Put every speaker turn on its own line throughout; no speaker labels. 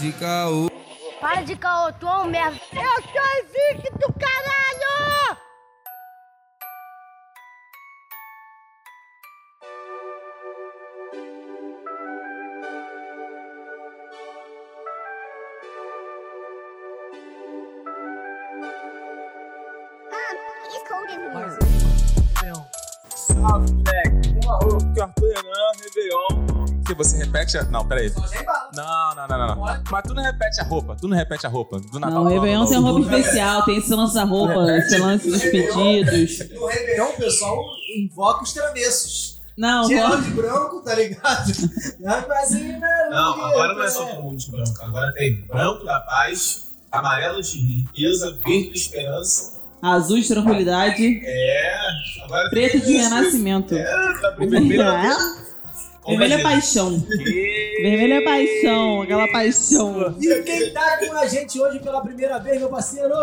de caô.
Para de caô, tu é um merda.
Eu sou invicto, caralho! Ah, é um
Salve, moleque. Uma roupa que o Arthur Renan, Réveillon. Que você repete a... Não, peraí. Não, não, não, não, não. Mas tu não repete a roupa. Tu não repete a roupa. Do Natal.
Não, o Réveillon
não,
tem roupa especial, tem esse lance da roupa, esse lance dos pedidos.
No Réveillon, Então, o pessoal invoca os travessos.
Não,
Tirando
bom,
de branco, tá ligado? Mas assim, né?
Não, agora não é
pois
só comum de branco. Agora tem branco da paz, amarelo de riqueza, verde de esperança.
azul de tranquilidade,
É. Agora tem
preto de renascimento.
O vermelho Como
Vermelho é
gente-
paixão. Vermelho é paixão, aquela paixão.
E quem tá com a gente hoje pela primeira vez, meu parceiro?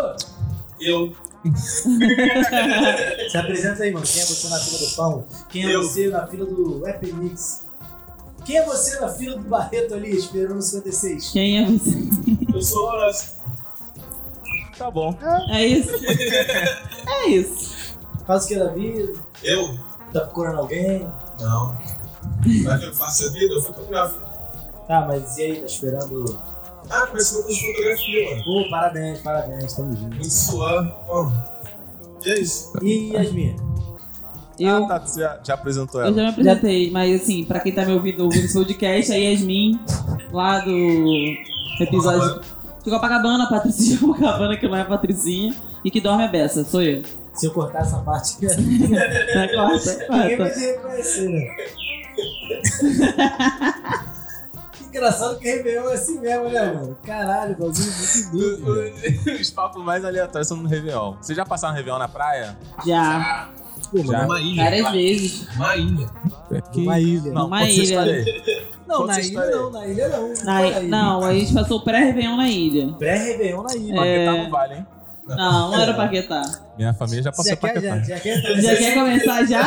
Eu.
Se apresenta aí, mano. Quem é você na fila do pão? Quem é
Eu.
você na fila do Apple Mix? Quem é você na fila do Barreto ali, esperando o 56?
Quem é você?
Eu sou o
Tá bom.
É isso. É isso.
Faz o que da vida?
Eu?
Tá procurando alguém?
Não. Mas eu faço a vida, eu fotografo.
Tá, mas e aí, tá esperando?
Ah, começou com fotografia, mano.
Pô, parabéns, parabéns, tamo junto.
Muito suave. Bom. E é isso.
E Yasmin?
Eu,
Ah, tá. Você já, já apresentou
eu
ela.
já me apresentei, mas assim, pra quem tá me ouvindo ouvindo esse podcast, a Yasmin, lá do episódio de Copacabana, a Patricinha de Copacabana, que não é a Patricinha, e que dorme a beça, sou eu.
Se eu cortar essa parte,
Ah, tá.
Na quarta,
ninguém vai
quarta.
te reconhecer, né? Engraçado que Réveillon é assim mesmo, né, mano? Caralho, bagulho muito doido. velho.
Os papos mais aleatórios são no Réveillon. Vocês já passaram Réveillon na praia? Já.
Já,
Uma ilha.
várias vezes.
Uma ilha.
Uma ilha.
Não,
É Numa
conta essa
ilha. é.
história aí.
Não,
Conta
na
essa
ilha
história aí.
não, na ilha não. Não
Na-
foi na ilha.
não, a gente passou o pré-Réveillon na ilha.
Pré-Réveillon na ilha.
Paquetá
É.
não tá vale, hein?
Não, não era Paquetá.
Minha família já passou
Já quer,
Paquetá.
já, já quer,
Já quer começar já?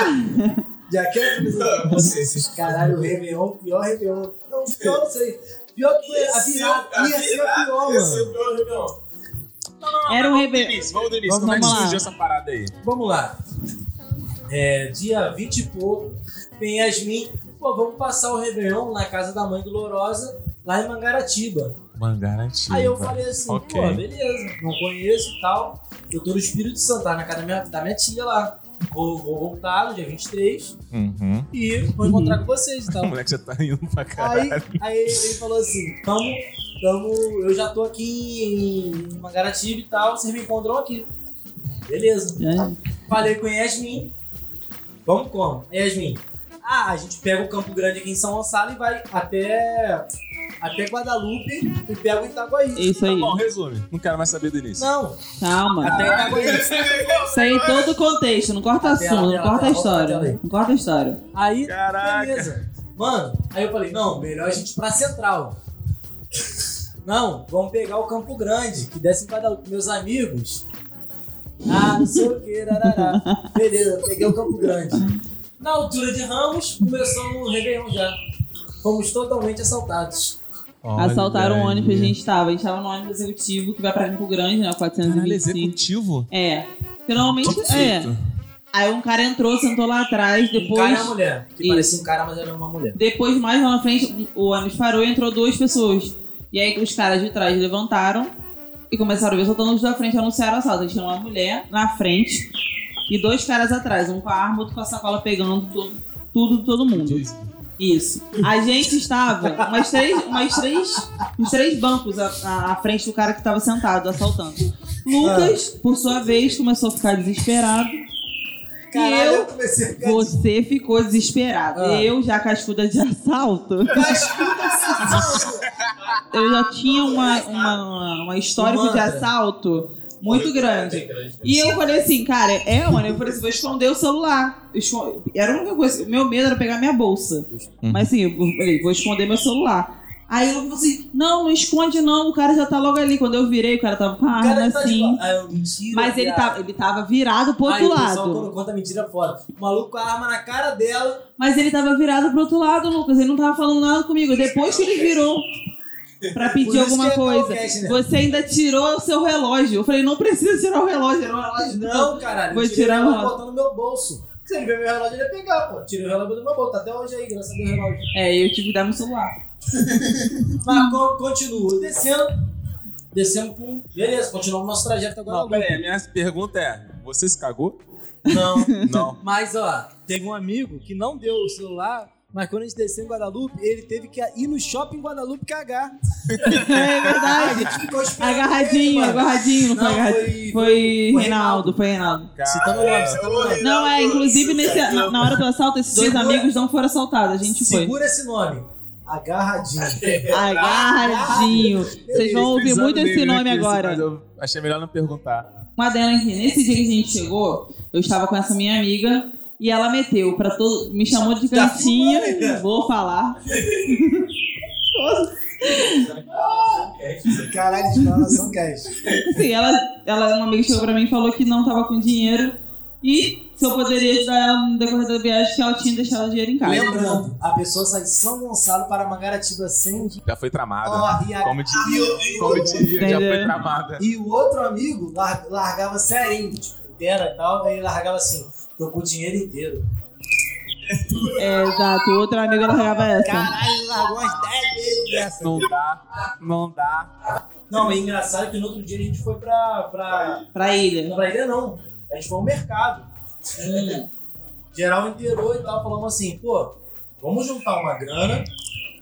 já quer começar.
Vocês, vocês.
Caralho, o Réveillon, pior Réveillon. Não, pior não sei. Pior que foi a virada. Ia ser a pior,
Esse é
mano.
o meu Réveillon.
Era
Vamos
um
do
Réveillon.
início, vamos do início.
Vamos
Como é que
lá.
surgiu essa parada aí?
Vamos lá. É, dia 20 e pouco, vem Yasmin. Pô, vamos passar o Réveillon na casa da mãe Dolorosa, lá em Mangaratiba.
Mangaratiba.
Aí eu falei assim,
Ok.
pô, beleza, não conheço e tal. Eu tô no Espírito Santo, tá na casa da minha, da minha tia lá. Vou, vou voltar no dia 23
Uhum.
e vou encontrar com vocês e
O
tal.
moleque já tá indo pra caralho.
Aí, aí ele falou assim: tamo, tamo, eu já tô aqui em Mangaratiba e tal, vocês me encontram aqui. Beleza.
É.
Falei com Yasmin. Vamos como? Yasmin. Ah, a gente pega o Campo Grande aqui em São Gonçalo e vai até, até Guadalupe e pega o Itaguaí.
Isso
Tá
aí.
bom, resume. Não quero mais saber do início.
Não,
Calma.
até Itaguaí.
Sem todo o contexto, não corta
Até lá,
assunto,
até
não
lá,
corta
até lá,
a
até
história. Não corta a história.
Aí,
Caraca.
beleza. Mano, aí eu falei, não, melhor a gente ir pra Central. Não, vamos pegar o Campo Grande, que desce em Guadalupe. Meus amigos. Ah, não sei o que, rarará. Beleza, peguei o Campo Grande. Na altura de Ramos, começou no Réveillon já. Fomos totalmente assaltados.
Assaltaram o
Olha
ônibus,
aí.
a gente tava. A gente tava no ônibus executivo que vai pra Campo Grande, né?
Caralho,
o
é
425.
executivo?
É. Porque normalmente.
Que
É.
feito.
Aí um cara entrou, sentou lá atrás,
Um cara e uma
depois.
mulher. Que
Isso.
parecia um cara, mas era uma mulher.
Depois, mais lá na frente, o ônibus parou e entrou duas pessoas. E aí os caras de trás levantaram e começaram a ver soltando os da frente anunciaram o assalto. A gente tinha uma mulher na frente e dois caras atrás, um com a arma, outro com a sacola pegando tudo, tudo de todo mundo. Isso. A gente estava umas três, umas três, uns três bancos à, à- à frente do cara que estava sentado, assaltando. Lucas, por sua vez, começou a ficar desesperado.
Caralho,
eu-
comecei a ficar
Você ficou desesperado.
Ah.
Eu já cascuda de assalto. Eu já tinha uma, uma, uma histórico
Um
de
mantra.
assalto muito
é.
grande. E eu falei assim, cara, é, mano, eu falei assim, vou esconder o celular. Esco- Era a única coisa, o meu medo era pegar minha bolsa.
Uhum.
Mas assim, eu falei, vou esconder meu celular. Aí eu falei assim, não, não esconde não, o cara já tá logo ali. Quando eu virei, o cara tava com a
O cara
arma
tá de...
assim.
Ah, eu- mentira,
Mas ele
viado.
tava, ele tava virado pro
Aí
outro
o pessoal,
lado.
quando conta mentira, fora. O maluco com a arma na cara dela.
Mas ele tava virado pro outro lado, Lucas. Ele não tava falando nada comigo. Depois que ele virou. pra pedir
isso que
alguma
é
coisa.
podcast, né?
Você ainda tirou o seu relógio. Eu falei, não precisa tirar o relógio, era o relógio.
Não, caralho.
Vou
eu tirei
tirar
o
uma-
relógio e botar no meu bolso. Se ele ver meu relógio, ele ia pegar, pô. Tirei o relógio do meu bolso. Tá até hoje aí, graças a Deus, o relógio.
É, eu tive que dar meu celular. Hum.
Mas co- continua descendo. Descemos com. Beleza, continuamos o nosso trajeto agora.
Não, pera aí, a minha pergunta é: você se cagou?
Não.
Não.
Mas, ó, teve um amigo que não deu o celular, mas quando a gente desceu em Guadalupe, ele teve que ir no shopping Guadalupe cagar.
É
A
verdade.
gente ficou esperando ele,
Agarradinho,
mano.
agarradinho, não, foi
Não,
agarradinho.
foi-
Foi,
foi
Reinaldo, foi Reinaldo.
Você tá no nome, você tá no nome.
Não, é, inclusive nesse, na, na hora do assalto, esses dois
Segura-
amigos não foram assaltados, a gente foi.
Segura esse nome. Agarradinho.
Agarradinho. Vocês vão ouvir
Pesquisando
muito esse
nele, né,
nome
que esse-
agora.
mas eu achei melhor não perguntar.
Uma delas, nesse dia que a gente chegou, eu estava com essa minha amiga e ela meteu pra todo. Me chamou de
Tá
gatinha,
filmando, né?
vou falar.
Caralho, de falação cash.
Assim, ela, ela, uma amiga chegou pra mim e falou que não tava com dinheiro e se eu poderia ajudar ela no decorrer da viagem, que ela tinha deixado o dinheiro em casa.
Lembrando, a pessoa sai de São Gonçalo para Mangaratiba sem.
Já foi tramada.
Ó, e, a-
como é? diria,
eu-
como diria já foi
Entendeu?
tramada.
e o outro amigo lar- largava serinho, tipo, dera e tal, aí ele largava assim. Tô com o dinheiro inteiro.
É, exato. Outra amiga largava essa.
Caralho, ele largou umas 10 vezes dessa.
Não dá, não dá.
Não, e engraçado que no outro dia a gente foi pra. pra...
Pra ilha.
Não, pra ilha não. A gente foi ao mercado.
Hum.
Geral inteirou e tal, falamos assim, pô, vamos juntar uma grana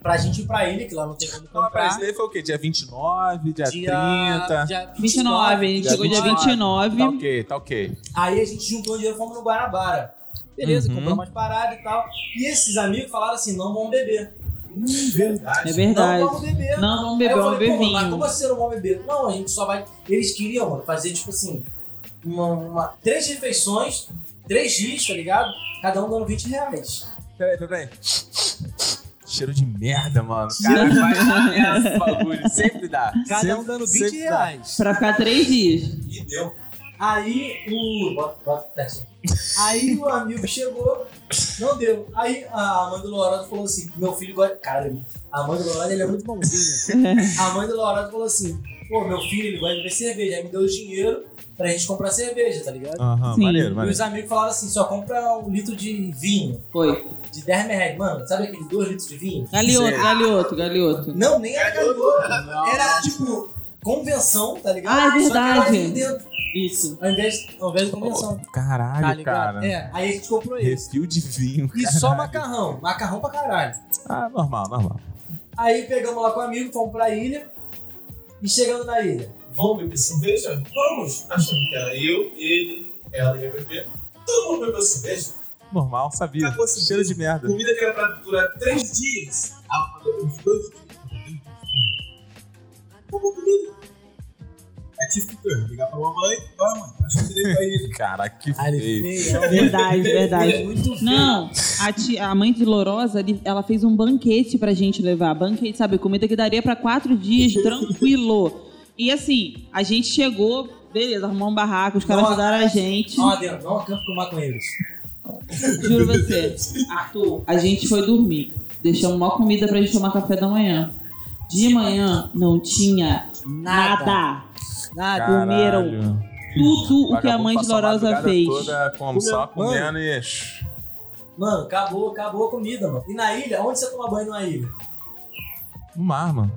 pra gente ir pra ilha, que lá não tem como
Não, mas Então, peraí,
comprar.
isso daí foi o quê? Dia 29, dia,
Dia-
30.
dia
29, a gente
Dia
chegou dia 29.
Tá ok, tá ok.
Aí a gente juntou dinheiro e fomos no Guarabara. Beleza,
Uhum.
compramos umas paradas e tal. E esses amigos falaram assim: não vamos beber. Hum,
Verdade.
É verdade.
Não vamos beber.
Não, vamos
Aí
beber,
eu
vamos
falei,
beber
pô, mas como
vinho.
assim não vão beber? Não, a gente só vai. Eles queriam, mano, fazer tipo assim: uma, uma- três refeições, três dias, tá ligado? Cada um dando 20 reais.
Peraí, peraí. Cheiro de merda, mano. Cara, vai esse bagulho. Sempre dá.
Cada
sempre,
um dando 20
sempre dá.
reais.
Pra ficar três dias.
E deu.
Aí o. Bota, bota, teste. Aí o amigo chegou, não deu. Aí a mãe do Laurado falou assim: meu filho gosta. Cara, a mãe do Laurado ele é muito bonzinho. né? A mãe do Laurado falou assim: pô, meu filho ele gosta de beber cerveja. Aí me deu o dinheiro pra gente comprar cerveja, tá ligado?
Aham,
Sim.
maneiro,
E
maneiro.
os amigos falaram assim: só compra um litro de vinho,
Foi.
de 10 reais. Mano, sabe aqueles dois litros de vinho?
Galioto, galioto, galioto.
Não, nem era garoto. Era tipo convenção, tá ligado?
Ah,
Só
é
que era
verdade.
vinho dentro,
Isso.
ao invés, ao invés de convenção. Tá
Caralho,
ligado?
cara.
É, aí a gente comprou ele.
Refil de vinho.
E só macarrão. Macarrão pra caralho.
Ah, normal, normal.
Aí pegamos lá com o amigo, fomos pra ilha. E chegando na ilha.
Vamos beber cerveja? Vamos. Achando que era eu, ele, ela ia beber. Todo mundo bebeu cerveja.
Normal, sabia.
Tá conseguindo.
Cheiro de merda.
Comida que era pra durar três dias. Ah, mas eu comi dois dias. Como comida? Aí tive que correr, ligar pra mamãe. Vai, mãe, acho que eu tirei pra ele.
Caraca, que
Aí
feio.
é Verdade, verdade.
Muito feio.
Não, a, tia- a mãe de Lourosa, ali- ela fez um banquete pra gente levar. Banquete, sabe? Comida que daria pra quatro dias, tranquilo. E assim, a gente chegou, beleza, arrumou um barraco, os caras
Nossa.
ajudaram a gente.
Não adianta, não acampo com maconheiros.
Juro você, Arthur, a gente foi dormir. Deixamos uma comida pra gente tomar café da manhã. De manhã não tinha nada.
Nada.
Ah, Comeram
Caralho.
tudo o que a
Vagabundo
mãe de
passou a
Lourosa
madrugada
fez.
Toda como, só
Comeu.
comendo e. Shhh.
Mano, acabou, acabou a comida, mano. E na ilha, onde você toma banho na ilha?
No mar, mano.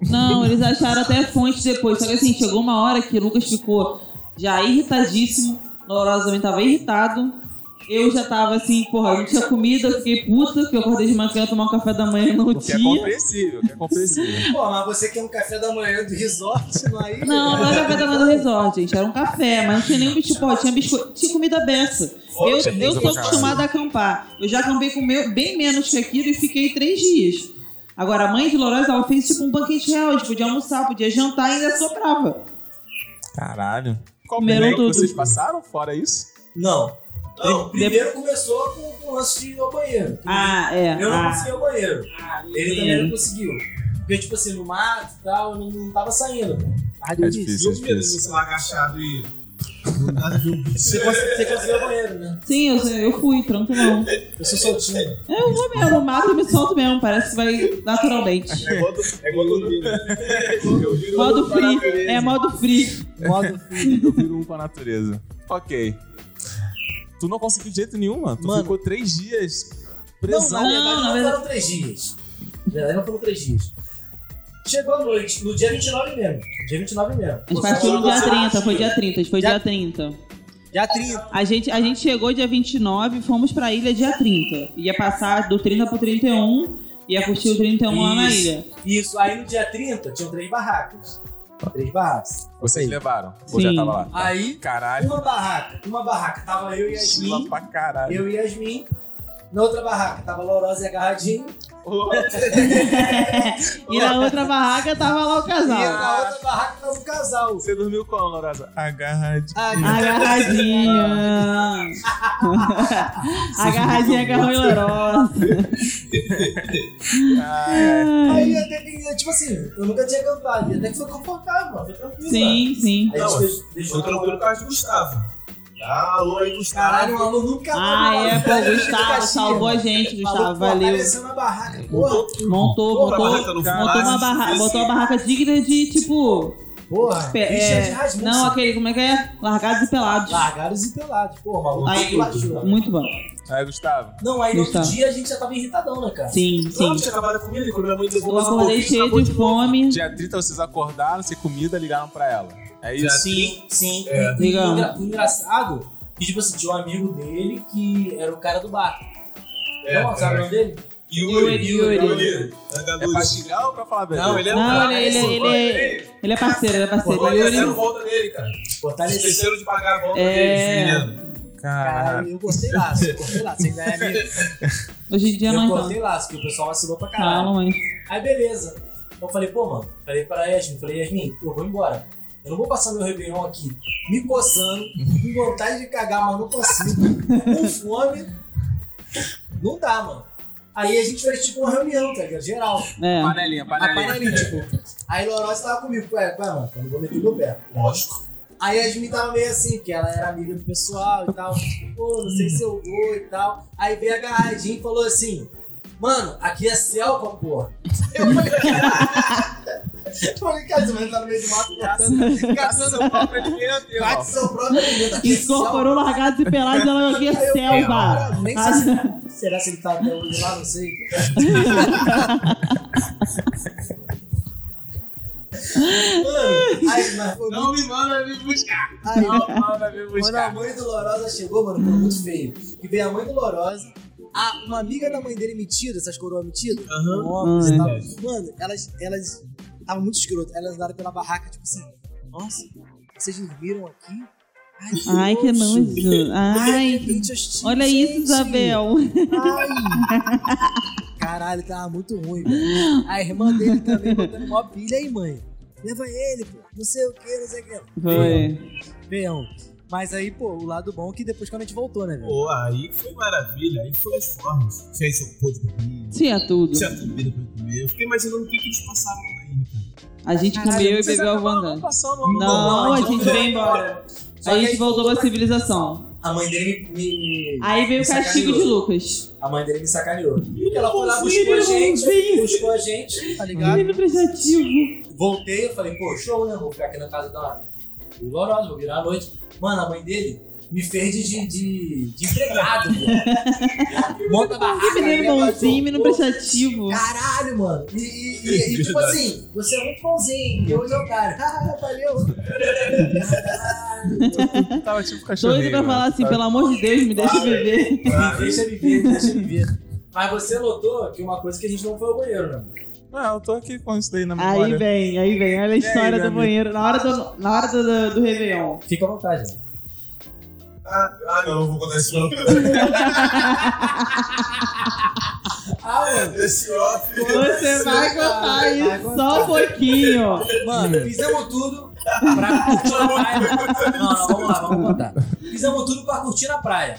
Não, eles acharam até fonte depois. Só que assim, chegou uma hora que o Lucas ficou já irritadíssimo. Lourosa também tava irritado. Eu já tava assim, porra, eu não tinha comida, eu fiquei puta, porque eu acordei de manhã querendo tomar um café da manhã e não
O que é
tinha.
compreensível, o que é compreensível.
Pô, mas você quer um café da manhã do resort na ilha?
Não, não era café da manhã do resort, gente. Era um café, mas não tinha nem bicho, pô, tinha biscoito, tinha comida beça. Eu,
Tinha
eu
coisa
sou
pra
acostumada a acampar. Eu já acampei com o meu bem menos que aquilo e fiquei três dias. Agora, a mãe de Lourosa, ela fez tipo um banquete real. A gente podia almoçar, podia jantar e ainda sobrava.
Caralho. Qual
Comeram
perrengue que
tudo.
vocês passaram fora isso?
Não.
Não,
Primeiro começou com, com o lance de ir ao banheiro.
Ah, é.
Eu não
ah.
consegui ir ao banheiro. Ele também não conseguiu. Porque, tipo assim, no mato e tal, eu não, não tava saindo.
Ah,
É difícil, é
eu medo de
difícil.
você lá agachado e.
do nada viu. Você, consegue- você conseguiu o banheiro, né?
Sim, eu, eu fui, tranquilão.
Eu sou soltinho.
Eu vou mesmo, mato e me solto mesmo, parece que vai naturalmente.
É igual do, é igual do Vini. Eu viro
Modo
pra
free,
natureza.
é modo free.
Modo filho.
Eu viro um com a natureza. Ok. Tu não conseguiu de jeito nenhum, mano. Tu
Mano.
ficou três dias
Não,
presão.
na verdade,
na
não
verdade-
foram três dias. Na verdade, não foram três dias. Chegou a noite, no dia 29 mesmo. Dia 29 mesmo.
A gente partiu no dia 30, foi dia 30, a gente foi dia 30.
Já 30.
A gente, a gente chegou dia 29, fomos pra ilha dia 30. Ia passar do 30 pro 31, ia curtir o 31 lá na
Isso.
ilha.
Isso, aí no dia 30 tinham três barracas. Três barracas.
Vocês
Sim.
levaram. Ou já
Sim.
tava lá.
Aí,
Caralho.
uma barraca, uma barraca tava eu e
Chila
Yasmin.
pra caralho.
Eu e Yasmin. Na outra barraca tava Lourosa e agarradinho.
E na outra barraca tava lá o
E
casal.
na outra barraca tava o casal.
Você dormiu com a Lourosa? Agarradinho.
Ah,
Agarradinha. Agarradinha, agarrou e lorosa.
Aí até que, tipo assim, eu nunca tinha acampado. E até que foi confortável, mano. Foi tranquilo.
Sim, sim.
Aí a
Não,
gente deixou-
Estou
deixou
tranquilo por causa do Gustavo. Ah, alô aí, Gustavo.
Caralho, o aluno nunca
Ah,
mais-
é, pô,
Ele
o
de
Gustavo
Caxias,
salvou a
tipo mano.
gente, Gustavo,
Falou, pô,
valeu.
Apareceu na barraca, porra.
Montou,
Porra,
botou,
barraca
montou
no
uma
caralho, é
barraca,
esse-
botou uma barraca digna de tipo.
Porra,
pe-
Richard
é,
Rasmussen.
não, aquele, como é que é? Largados e pelados.
Largados e assim, pelados, porra, maluco.
Aí,
que lascou.
Muito bom.
Aí, Gustavo.
Não, aí no outro
Gustavo.
dia a gente já tava irritadão, né, cara?
Sim,
Não,
sim.
tinha acabado a comida, quando minha mãe
Eu
devolveu essa
acordei
porquinha, acabou
cheio de fome.
Dia 30 vocês acordaram, sem comida, ligaram pra ela. É
Dia
isso.
Sim, sim. E, e
Digamos.
engra- engraçado que, tipo assim, tinha um amigo dele que era o cara do bar.
É,
não, sabe o nome dele?
Yuri,
Yuri, Yuri.
Yuri. Andaluz.
É pra xingar ou pra falar bem?
Não, ele é um
Não,
cara.
ele, ele, ele, é- ele é parceiro, ele é parceiro.
Olha,
Yuri-
deram volta nele, cara. Eles
Fortaleceu.
esqueceram de pagar a volta
É.
deles, menino.
Caralho.
Caralho, eu gostei laço, eu cortei laço, ainda é amigo.
hoje em dia
Eu
nós não.
cortei laço, que o pessoal vacilou pra caralho.
Calma, mas.
Aí beleza. Eu falei, pô, mano, falei pra Yasmin, falei, Yasmin, eu vou embora. Eu não vou passar meu Réveillon aqui me coçando, com vontade de cagar, mas não consigo, com fome. Não dá, mano. Aí a gente fez tipo uma reunião, tá ligado? Geral.
É.
Panelinha,
A
panelinha.
panelinha, tipo. Aí Lorosa tava comigo, ué, ué, mano, eu não vou meter meu pé.
Lógico.
Aí a Yasmin tava meio assim, que ela era amiga do pessoal e tal. Pô, não sei se eu vou e tal. Aí veio a agarradinha e falou assim: Mano, aqui é selva, porra. Eu falei, eu falei, cara, você vai entrar tá no meio do mato caçando,
Caça
caçando
seu próprio alimento, irmão.
bate seu próprio alimento aqui. é
Incorporou
selva.
largados e pelados e ela aqui é
Aí eu,
selva.
cara, Nem sei se, será se ele tá até hoje lá, não sei. Mano, aí, mas foi muito
Não me manda vir buscar.
Aí,
Não manda vir
Quando a
buscar.
mãe dolorosa chegou, mano, foi muito feio. E veio a mãe dolorosa, a, uma amiga da mãe dele metida, essas coroas metidas,
Aham.
com óculos
Ah,
e tal. Mano, elas elas estavam muito escrotas. Elas andaram pela barraca, tipo assim, nossa, vocês dormiram aqui?
Ai, que nojo. Ai. Olha isso,
Isabel.
Isabel.
Ai. Caralho, tava muito ruim, velho. A irmã dele também botando mó pilha aí, mãe. Leva ele, pô. Não sei o que, não sei o que.
Foi.
Veião. Mas aí, pô, o lado bom é que depois quando a gente voltou, né, velho?
Pô, aí foi maravilha. Aí foram as formas. Tinha isopor de bebida,
Tinha tudo.
tinha comida pra comer. Eu fiquei imaginando o que, que eles passaram aí, cara.
A gente comeu e bebeu à vontade.
um
Passamos,
Não, a
não.
gente veio embora.
Só
Aí a
que
gente voltou pra civilização. é
A mãe dele me. me-
Aí veio o
me
castigo de
sacaneou.
Lucas.
A mãe dele me sacaneou. Porque ela foi lá,
Bonzinho,
buscou a gente,
bonzinho.
buscou a gente, tá ligado?
Livro prestativo.
Voltei, eu falei, pô, show, né? Vou ficar aqui na casa da Dolorosa, vou virar a noite. Mano, a mãe dele me fez de, de, de, de empregado, velho. Monta a barraca,
Menino
leva
um bonzinho, menino
isopor.
prestativo.
Caralho, mano. E, e- e- e, tipo
Verdade.
assim, você é muito bonzinho. E hoje é o cara. Ah, valeu.
Tava tipo cachorrinho.
Doido pra
mano.
falar assim,
Tava-
pelo amor de Deus, me deixa beber.
Me deixa me ver, me deixa me ver. Mas você notou que uma coisa que a gente não foi ao banheiro, né? mano?
Ah, eu tô aqui com isso daí na memória.
Aí vem, aí vem, olha a história
meu
do
amigo?
banheiro, na hora do, na hora do, do, do Réveillon.
Fica à vontade, né? mano.
Ah, ah, não, não vou contar isso não.
Ah, mano.
Esse off.
Você vai contar isso só um pouquinho.
Mano, fizemos tudo pra curtir a praia. Não, não, vamos lá, vamos contar. Fizemos tudo pra curtir na praia.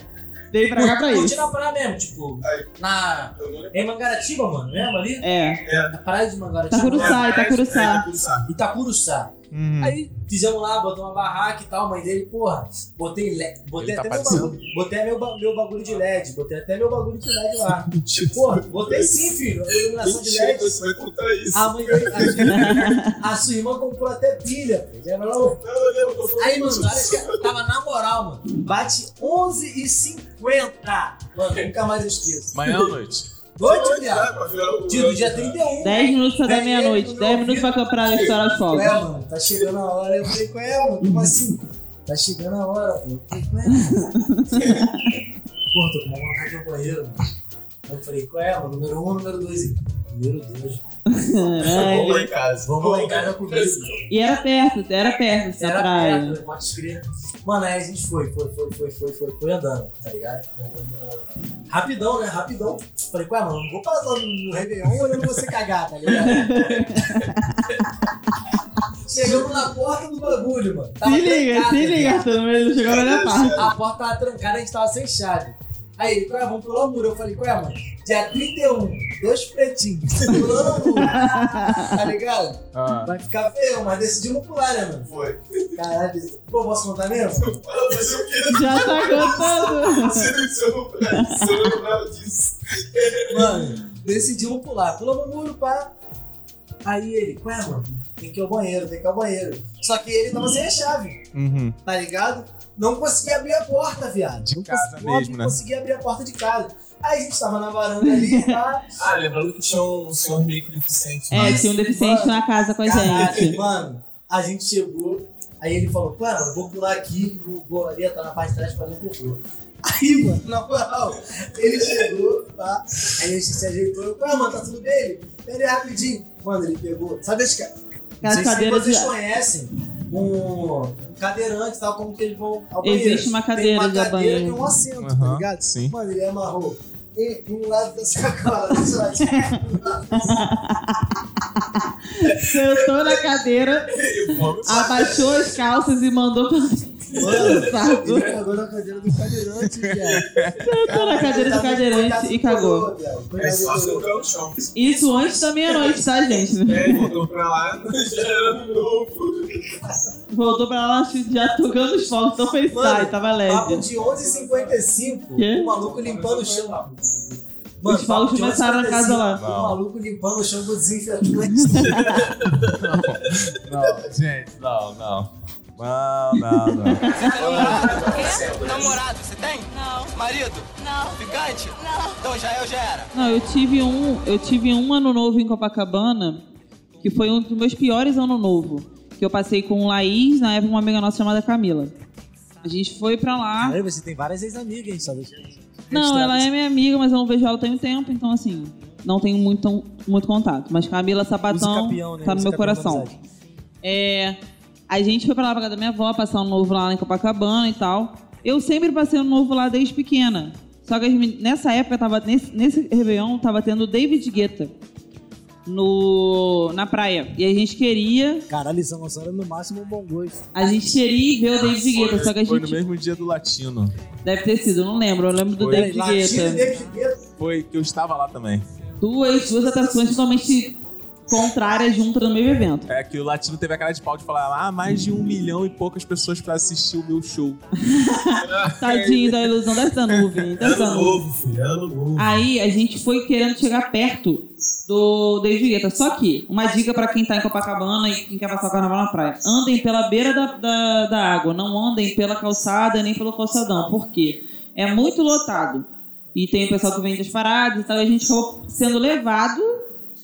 Veio Tá. pra cá pra
curtir
isso.
na praia mesmo, tipo,
Aí.
na. Em Mangaratiba, mano, lembra ali?
É, Tá,
Na praia de Mangaratiba.
Itacuruçá,
É,
Itacuruçá.
Itacuruçá.
Itacuruçá.
Hum.
Aí fizemos lá, botamos uma barraca e tal, mãe dele, porra, botei, le- botei
Ele tá
até meu
aparecendo.
bagulho, botei meu, ba- meu bagulho de LED, botei até meu bagulho de LED lá. Porra, botei sim, filho, a iluminação de
Mentira,
LED.
você vai contar isso.
A mãe dele, a sua irmã, a sua irmã comprou até pilha, pô, lembra lá, ô?
Não, eu lembro que eu falei
Aí,
isso.
mano, olha que tava na moral, mano. Bate 11h50. Mano, nunca mais eu esqueço.
Manhã ou noite?
Noite,
Noite, né,
viado.
pra virar o-
Dia do dia 31.
10 minutos pra dar
Dez
meia-noite,
minutos
10 minutos pra comprar estourar as
Qual
folgas.
é, mano? Tá chegando a hora. Eu falei, qual é, mano? Como assim? Tá chegando a hora, pô. Eu falei, qual é? Pô, tô com uma vontade de ir ao banheiro, mano. Eu falei, qual é, mano? Número 1 um, número 2? Meu Deus.
Caralho.
Vamos lá em casa.
um. Vamos lá em casa comigo.
E era perto, era perto essa
É, Era
praia.
perto, pode escrever. Mano, aí a gente foi, foi, foi, foi, foi, foi, foi andando, tá ligado? Rapidão, né? Rapidão. Falei, ué, mano, não vou passar no Réveillon olhando você cagar, tá ligado? Chegamos na porta do bagulho, mano. Tava
Se liga,
trancado,
se liga,
viado.
Arthur, ele não chegou na minha parte.
A porta tava trancada, a gente tava sem chave. Aí ele, ué, vamos pular o muro. Eu falei, ué, mano, dia 31, dois pretinhos, pulando o muro. Tá ligado?
Ah.
Vai ficar feio, mas decidimos pular, né, mano?
Foi.
Caralho, pô, posso contar mesmo?
Ah, Mas eu quero
Já tá contando.
você não se lembrava disso.
Mano, decidimos pular. Pulamos o muro, pá. Aí ele, ué, mano, tem que ir ao banheiro, tem que ir ao banheiro. Só que ele tava sem a chave,
Uhum.
tá ligado? Não conseguia abrir a porta, viado.
De
não
casa
consegui- não
mesmo, né?
conseguia abrir a porta de casa. Aí a gente tava na varanda ali, pá.
Ah, lembrando que tinha um senhor meio que deficiente. né?
É, tinha um deficiente na casa com a gente.
mano, a gente chegou. Aí ele falou, cara, eu vou pular aqui, vou, vou ali, tá na parte de trás fazer um cocô. Aí, mano, na moral, ele chegou, tá? Aí a gente se ajeitou, eu, ah, mano, tá tudo bem? Ele, Pera aí, rapidinho. Mano, ele pegou, sabe as ca... Não
Aquelas
sei se
cadeiras
vocês
de-
conhecem um cadeirante, tal, como que eles vão ao banheiro.
Existe uma cadeira
Tem
de
uma cadeira
banheiro.
e um assento, tá
Aham,
ligado?
sim.
Mano, ele amarrou em- um lado da sacola, só, tipo,
Sentou na cadeira, abaixou as calças e mandou pra.
Mano,
Sentou
ele cagou na cadeira do cadeirante, viado.
na cadeira
tá
do cadeirante e cagou.
É só se colocar no chão.
Isso antes da meia-noite, tá, gente?
É, voltou pra lá, já era novo.
Voltou pra lá já tocando os fogos, então foi sai,
Mano,
tava
Papo
leve.
de 11h55,
Quê?
o maluco limpando o chão. Mano,
Os fogos
papo de
começaram na casa
11h55,
lá.
Não.
O maluco limpando o chão com desinfetante.
Não, gente, não, não. Não, não, não.
Namorado, você tem? Não. Marido? Não. Ficante? Não. Então já eu já era.
Não, eu tive um, eu tive um ano novo em Copacabana, que foi um dos meus piores ano novo, que eu passei com o Laís, na época uma amiga nossa chamada Camila. A gente foi pra lá.
Caralho, você tem várias ex-amigas, hein, só deixando.
Não, ela é minha amiga, mas eu não vejo ela tem um tempo, então assim, não tenho muito, muito contato. Mas Camila Sabatão
Música peão, né?
tá no
Música peão
meu
da
coração.
amizade.
É, a gente foi pra lá pra casa da minha avó, passar um novo lá em Copacabana e tal. Eu sempre passei um novo lá desde pequena. Só que as meni- nessa época, tava, nesse, nesse Réveillon, tava tendo David Guetta no, na praia. E a gente queria.
Caralho, São Gonçalo é no máximo um bom gosto.
A gente queria ir ver o David Guetta, só que a
Foi no
gente.
mesmo dia do latino.
Deve ter sido, não lembro. Eu lembro do
Foi.
David
Latino
Guetta.
David Guetta.
Foi que eu estava lá também.
Duas, duas atrações totalmente contrárias juntas no mesmo evento.
É que o latino teve a cara de pau de falar: ah, mais de um milhão e poucas pessoas pra assistir o meu show.
Tadinho da ilusão dessa nuvem, dessa
Ano
nuvem.
novo, filho, ano novo.
Aí a gente foi querendo chegar perto do David Guetta. Só que, uma dica pra quem tá em Copacabana e quem quer passar o carnaval na praia: andem pela beira da, da, da água, não andem pela calçada nem pelo calçadão, porque é muito lotado. E tem o pessoal que vende as paradas e tal. E a gente acabou sendo levado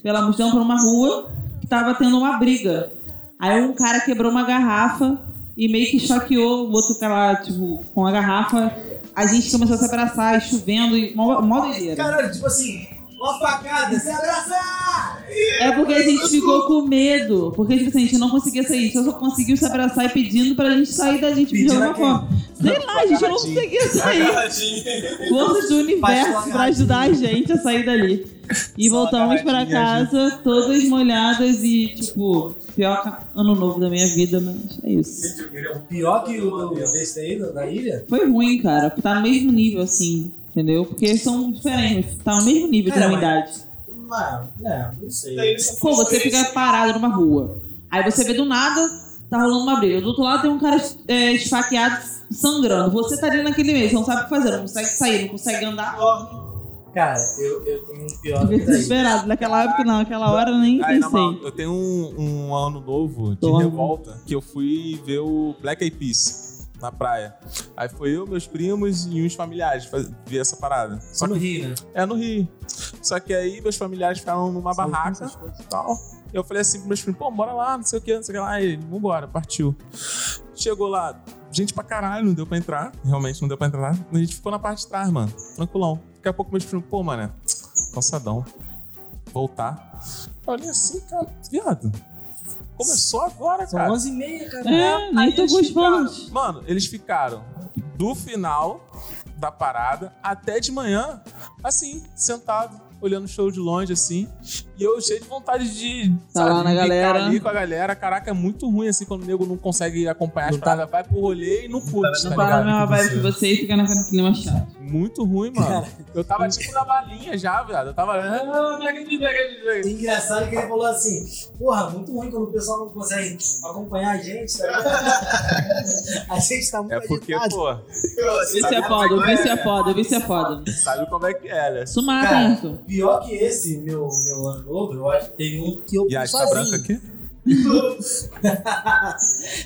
pela multidão pra uma rua que tava tendo uma briga. Aí um cara quebrou uma garrafa e meio que choqueou o outro cara lá, tipo, com a garrafa. A gente começou a se abraçar, e chovendo, e mó, mó doideira.
Caralho, tipo assim, uma facada, se abraçar!
É porque a gente ficou com medo. Porque, tipo assim, a gente não conseguia sair. Só só conseguiu se abraçar e pedindo pra gente sair da gente de
Pedindo a
alguma forma. Sei lá, a gente não conseguia sair.
Tadinho.
Forças do universo pra
agarradinho.
ajudar a gente a sair dali. E
Só
voltamos pra
agarradinho,
casa, todas molhadas e, tipo, pior ca- ano novo da minha vida, mas é isso.
um Pior que o do- desse daí, do- da ilha?
Foi ruim, cara. Tá no mesmo nível, assim, entendeu? Porque são diferentes, tá no mesmo nível de
Cara, mas-
ruindade.
Mano, não, não sei.
Daí, se
Pô,
fosse
é
você
três,
fica parado numa rua. Aí você vê do nada tá rolando uma briga. Do outro lado tem um cara é, esfaqueado, sangrando. Você tá ali naquele meio, você não sabe o que fazer, não consegue sair, não consegue andar.
Cara, eu, eu tenho um pior que daí.
Desesperado, naquela época não, naquela hora eu nem
Aí, na moral,
pensei.
eu tenho um, um ano novo de
Tô.
revolta que eu fui ver o Black Eyed Peas na praia. Aí foi eu, meus primos e uns familiares faz- ver essa parada. Só
Só no
que
Rio, né?
é no Rio. Só que aí meus familiares ficaram numa barraca
tipo,
e tal. Eu falei assim pros meus primos, pô, bora lá, não sei o que, não sei o que lá. Aí, vambora, partiu. Chegou lá, gente pra caralho, não deu pra entrar. Realmente não deu pra entrar. A gente ficou na parte de trás, mano. Tranquilão. Daqui a pouco meus primos, pô, mano, cansadão. Voltar. Eu Olhei assim, cara, viado. Começou agora,
São
cara.
11 e meia, cara.
É, nem tô
Eles
gostando.
ficaram- Mano, eles ficaram do final da parada até de manhã, assim, sentado, olhando o show de longe, assim. E eu cheio de vontade de.
Tá lá na
ficar
galera.
ali com a galera. Caraca, é muito ruim, assim, quando o nego não consegue acompanhar as
Não tá-
paradas. Vai pro rolê e não curte,
Não
tá
parar na
ligado?
mesma vibe que você e ficar naquela clima chato.
Muito ruim, mano. Eu tava tipo na balinha já, viado. Eu tava. "Ah, me agredi, me agredi, me agredi."
E é engraçado que ele falou assim: Porra, muito ruim quando o pessoal não consegue acompanhar a gente, tá ligado? A gente tá muito
É porque,
agitado.
pô,
Isso é foda, o vício é foda, o vício é foda.
sabe como é que é, né?
Isso
Cara,
mata, isso.
Pior que esse, meu, meu ano novo, eu acho que teve um que eu
E a
fui
tá branca
sozinho.
aqui?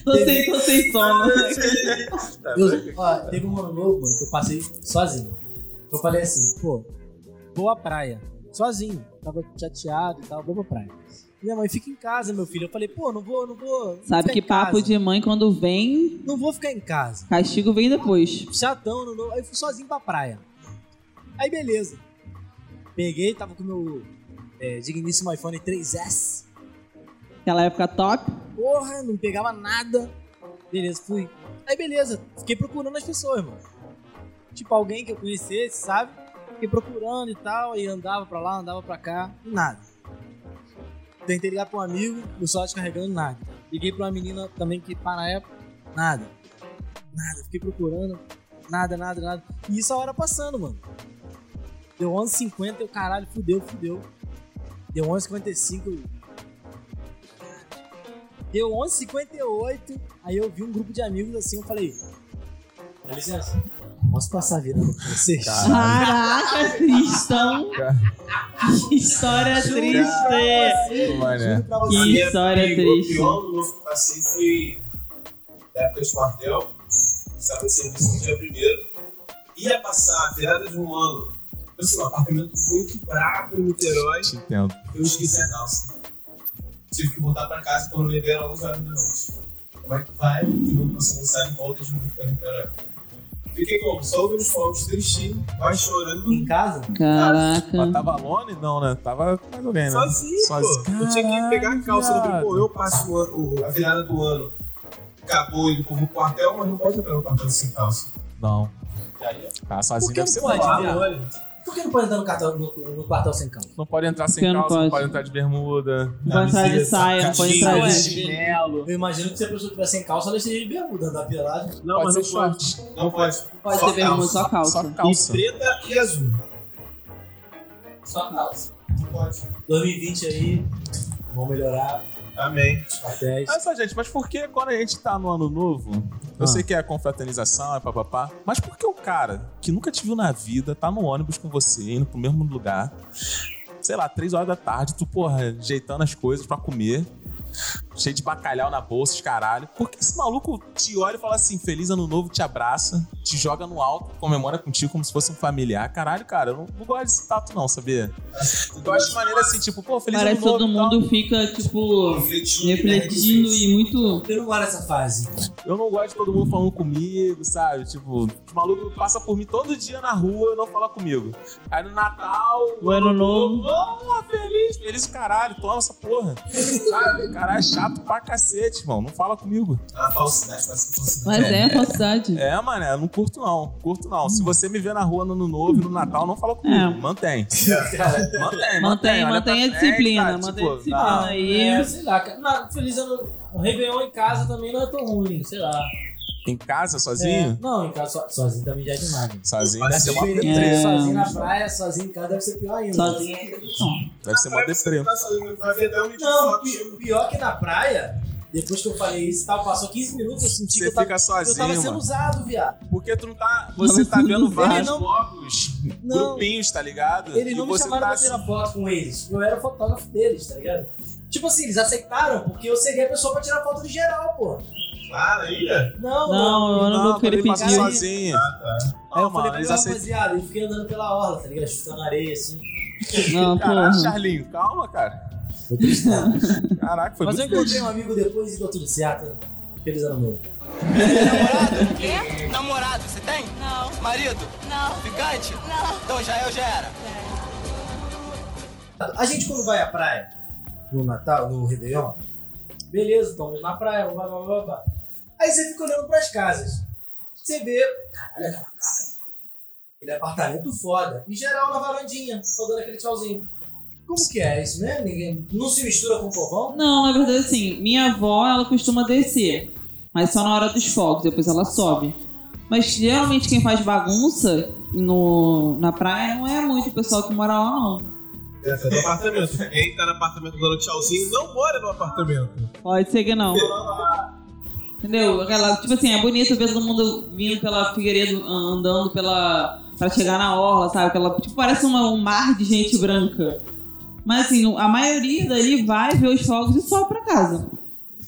Tô sem, tô sem sono.
Eu, ó, teve um ano novo, mano, que eu passei sozinho. Eu falei assim, pô, vou à praia. Sozinho. Tava chateado e tal, vou pra praia. Minha mãe fica em casa, meu filho. Eu falei, pô, não vou, não vou. não vou
Sabe
ficar
que
em casa.
papo de mãe quando vem,
Não vou ficar em casa.
castigo vem depois.
chatão, não, não. aí eu fui sozinho pra praia. Aí beleza. Peguei, tava com o meu é, digníssimo iPhone 3S.
Aquela época top.
Porra, não pegava nada. Beleza, fui. Aí beleza, fiquei procurando as pessoas, irmão. Tipo, alguém que eu conhecesse, sabe? Fiquei procurando e tal, aí andava pra lá, andava pra cá, nada. Tentei ligar pra um amigo, o só descarregando, nada. Liguei pra uma menina também que pá na época, nada. Nada, fiquei procurando, nada, nada, nada. E isso a hora passando, mano. Deu 11h50, eu caralho, fudeu, fudeu. Deu 11h55, eu Deu 11h58, aí eu vi um grupo de amigos assim, eu falei... Dá licença, posso passar virando pra vocês?
Caraca, Tristão! Que história triste!
Mané.
Juro pra
Que
vocês.
história
O
triste.
pior novo que eu passei foi na época de quartel, estava de serviço no dia primeiro, ia passar a virada de um ano. Eu sei, um apartamento muito brabo em Niterói,
Te entendo.
eu esqueci a calça. Tive que voltar pra casa quando bebê era 11 horas da noite. Como é que vai? De novo passando sai e volta de novo pra Niterói. Fiquei como? Só ouvindo os fogos tristinho, quase chorando.
Em casa?
Mas
Caraca.
tava lone? Não, né? Tava com alguém, né?
Sozinho,
Sozinho. Ah,
pô. Eu tinha que pegar a calça do
Caralho,
tempo. Eu passo o ano- o- a virada do ano. Acabou indo pro quartel, mas não pode entrar no quartel sem calça.
Não. Ah,
Por
sozinho
que
deve ser
não pode,
foda.
viado? Por que não pode entrar no, cartão, no, no quartel sem calça?
Não pode entrar sem
Por que não
calça, não
pode?
pode entrar de bermuda.
Não pode entrar de saia, não pode entrar
Cachinho,
de-
chinelo.
é Eu imagino que se a pessoa tiver sem calça, ela esteja de bermuda, andar pelado.
Não, pode ser short.
Não pode.
Pode
Só
ter bermuda,
calça.
só
Só
calça.
calça.
Preta e azul.
Só calça.
Não pode.
2020 aí, vamos melhorar
Amém.
até
Olha só, gente, mas por que quando a gente tá no ano novo, eu
Ah.
sei que é confraternização, é papapá, mas por que o cara que nunca te viu na vida tá no ônibus com você, indo pro mesmo lugar, sei lá, três horas da tarde, tu, porra, ajeitando as coisas pra comer, cheio de bacalhau na bolsa, os caralho, por que esse maluco te olha e fala assim, feliz ano novo, te abraça, te joga no alto, comemora contigo como se fosse um familiar? Caralho, cara, eu não, não gosto desse tato não, sabia? Eu acho maneiro assim, tipo, pô, feliz
Parece
ano novo.
que todo
e tal.
mundo fica, tipo,
Refletindo.
refletindo e muito.
Eu não gosto dessa fase.
Eu não gosto de todo mundo falando comigo, sabe? Tipo, os malucos passam por mim todo dia na rua e não falam comigo. Aí no Natal,
O ano novo.
Oh, feliz, feliz o caralho, toma essa porra. Sabe? Caralho, é chato pra cacete, irmão. Não fala comigo.
A Ah, falsidade, parece falsidade.
Mas é a falsidade.
É, mano, eu não curto não. Curto não. Se você me vê na rua no ano novo e no Natal, não fala comigo.
É.
Mantém. Mantém, mantém.
Mantém,
Olha
mantém a
pra frente,
disciplina,
sabe?
mantém
Tipo,
a disciplina
não.
aí.
É, sei lá, cara. Mas, feliz ano. O Réveillon em casa também não é tão ruim, sei lá.
Em casa,
É,
sozinho?
não, em casa so- sozinho também já é demais. né?
Sozinho deve
Mas
ser uma
diferente.
deprê.
É.
Sozinho na praia, sozinho em casa deve ser pior ainda.
Sozinha é redução.
Deve ser uma deprê.
Tá sozinho, vai ver até um
Não, pi- pior que é na praia, Depois que eu falei isso e tal, passou 15 minutos, eu senti
Você
que eu tava,
fica
que
sozinho,
eu tava sendo
mano.
usado, viado.
Porque tu não tá. Você tá vendo vários
não-
blocos,
Não.
grupinhos, tá ligado?
Eles não
e
me
você
chamaram
tá
pra tirar foto com eles. Eu era o fotógrafo deles, tá ligado? Tipo assim, eles aceitaram porque eu seria a pessoa pra tirar foto de geral, pô.
Claro, ainda?
Não,
Não, eu
Não,
não, vi o
quando
que ele
ele passou
pediu.
sozinho.
sozinho. Aí Ah, tá. eu
Não, mano, eles
falei pra ele,
aceitam.
rapaziada, eu fiquei andando pela orla, tá ligado? Chutando areia, assim.
Não, porra.
Caraca, Charlinho, calma, cara. Caraca, foi
Mas eu
muito
encontrei um amigo depois e deu tudo certo. né? Feliz ano novo.
Namorado?
Quê?
Namorado, você tem?
Não,
Marido?
não,
Ficante?
não.
Então já eu já era.
A gente quando vai à praia, no Natal, no Réveillon, beleza, estamos na praia, blá, blá, blá, blá. Aí você fica olhando pras casas. Você vê, caralho, aquela casa. Aquele apartamento foda. E geral na varandinha, só dando aquele tchauzinho. Como que é isso, né? Ninguém não se mistura com o povão?
Não, na verdade, assim, minha avó, ela costuma descer, mas só na hora dos fogos, depois ela sobe. Mas geralmente quem faz bagunça no, na praia não é muito o pessoal que mora lá, não.
Essa é do apartamento. Quem tá no apartamento dando tchauzinho não mora no apartamento.
Pode ser que não. Entendeu? Aquela, tipo assim, é bonito ver todo mundo vindo pela Figueiredo, andando pela. pra chegar na orla, sabe? Aquela, tipo, parece uma- um mar de gente branca. Mas assim, não- a maioria dali vai ver os fogos e sobe pra casa.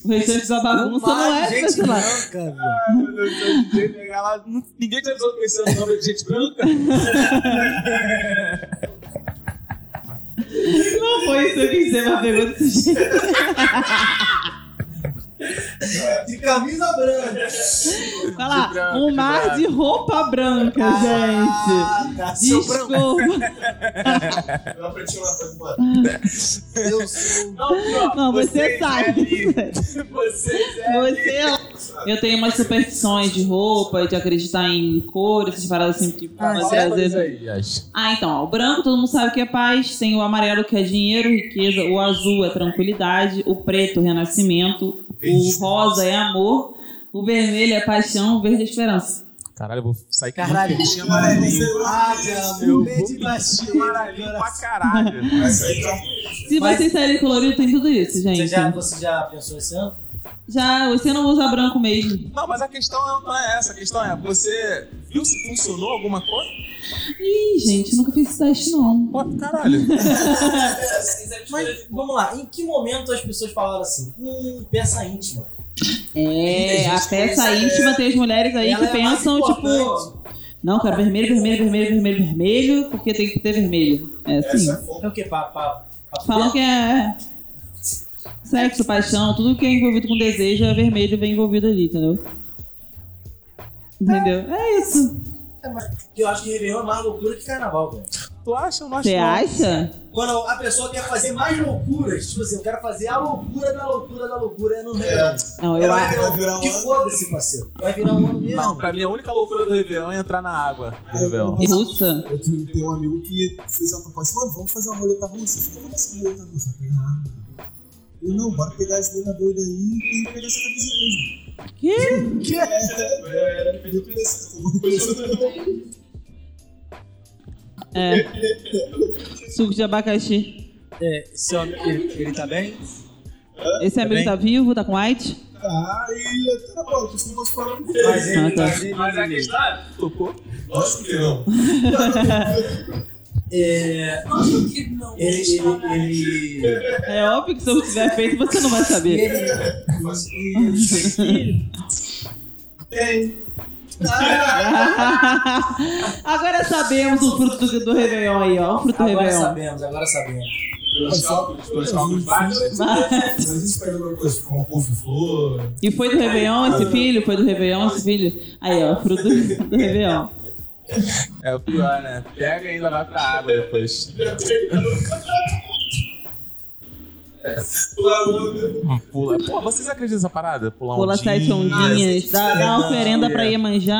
O restante da bagunça não é,
gente
sei lá.
branca, velho.
Meu Deus, ninguém pegar lá. Ninguém te avisou que esse é o nome de gente branca.
Não foi isso que eu quis dizer, mas é pegou desse jeito.
De camisa branca.
Vai lá,
De branco,
um
de
mar
branco.
de roupa branca,
Ah, tá,
gente.
seu branco.
Desculpa.
Eu aprendi uma coisa, mano.
Eu sou.
Não, você sai.
Vocês é.
Você. Eu tenho umas superstições de roupa, de acreditar em cor, essas paradas assim. Tipo,
Ah,
mas
olha
às vezes-
aí, acho.
Ah, então, ó, o branco todo mundo sabe que é paz, tem o amarelo que é dinheiro, riqueza, o azul é tranquilidade, o preto, renascimento, o rosa é amor, o vermelho é paixão, o verde é esperança.
Caralho, eu vou sair com
Caralho.
um amarelinho.
Ah, cara,
Eu
um
vou
beijo
vestir
baixinho.
amarelinho pra caralho.
Essa aí tá
Se
Mas-
vocês saírem colorido, tem tudo isso, gente.
Você já, você já pensou esse ano?
Já, você não usa branco mesmo.
Não, mas a questão não é essa. A questão é, você viu se funcionou alguma coisa?
Ih, gente, nunca fiz esse teste, não.
Pô, caralho.
É.
Mas vamos lá, em que momento as pessoas falaram assim, hum, peça íntima?
É, a peça íntima tem as mulheres aí
é. Ela
que
é a mais
pensam, tipo,
importante.
não, quero vermelho, vermelho, vermelho, vermelho, vermelho, porque tem que ter vermelho. É assim.
essa é fofa.
É o que? Pra, pra, pra
Falam que é sexo, paixão, tudo que é envolvido com desejo é vermelho, vem envolvido ali, entendeu?
Ah.
Entendeu? É isso.
É, mas Eu acho que Réveillon é mais loucura que carnaval, velho.
Tu acha? Eu não acho
Você
não.
acha?
Quando a pessoa quer fazer mais loucuras, tipo assim, eu quero fazer a loucura da loucura da loucura, é no Réveillon.
Não,
É
eu
no
acho.
Réveillon,
vai virar um
que
ano.
foda-se, parceiro. Vai virar um ano mesmo.
Não, pra mim a única loucura do Réveillon é entrar na água do Réveillon.
Russa.
Eu tive- tenho um amigo que fez uma proposta, mano, vamos fazer uma roleta russa. Eu falei, como assim roleta russa? Eu falei, "Ah, Eu não, bora pegar esse doida doida aí e pegar essa camisa mesmo.
Que?
É, eu falei assim, alguma coisa.
É. Suco de abacaxi.
ele, tá bem?
Esse amigo tá vivo, tá com AIDS?
Ah, e até na bola, eu fico mais falando com ele.
Mas ele
Ah, tá.
tá bem.
Mas a questão é, tocou?
Lógico que não.
É, ele, ele, ele,
É óbvio que se eu tiver feito, você não vai
E
saber.
ele. E ele tem filho?
Tem.
Agora sabemos o fruto do, do Réveillon aí, ó. O fruto do
Agora
Réveillon.
sabemos, agora sabemos.
Pelos cálculos, pelos cálculos baixos. Às vezes pega um alguma coisa, como couve-flor.
E foi do Réveillon esse filho? Foi do Réveillon esse filho? Aí, ó, fruto do, do Réveillon.
É o pior, né? Pega e ainda vai pra água depois.
Pula a onda.
Pula. Pô, vocês acreditam nessa parada? Pular um
Pula
ondinha.
sete um ondinhas, dá, dá uma oferenda pra Iemanjá.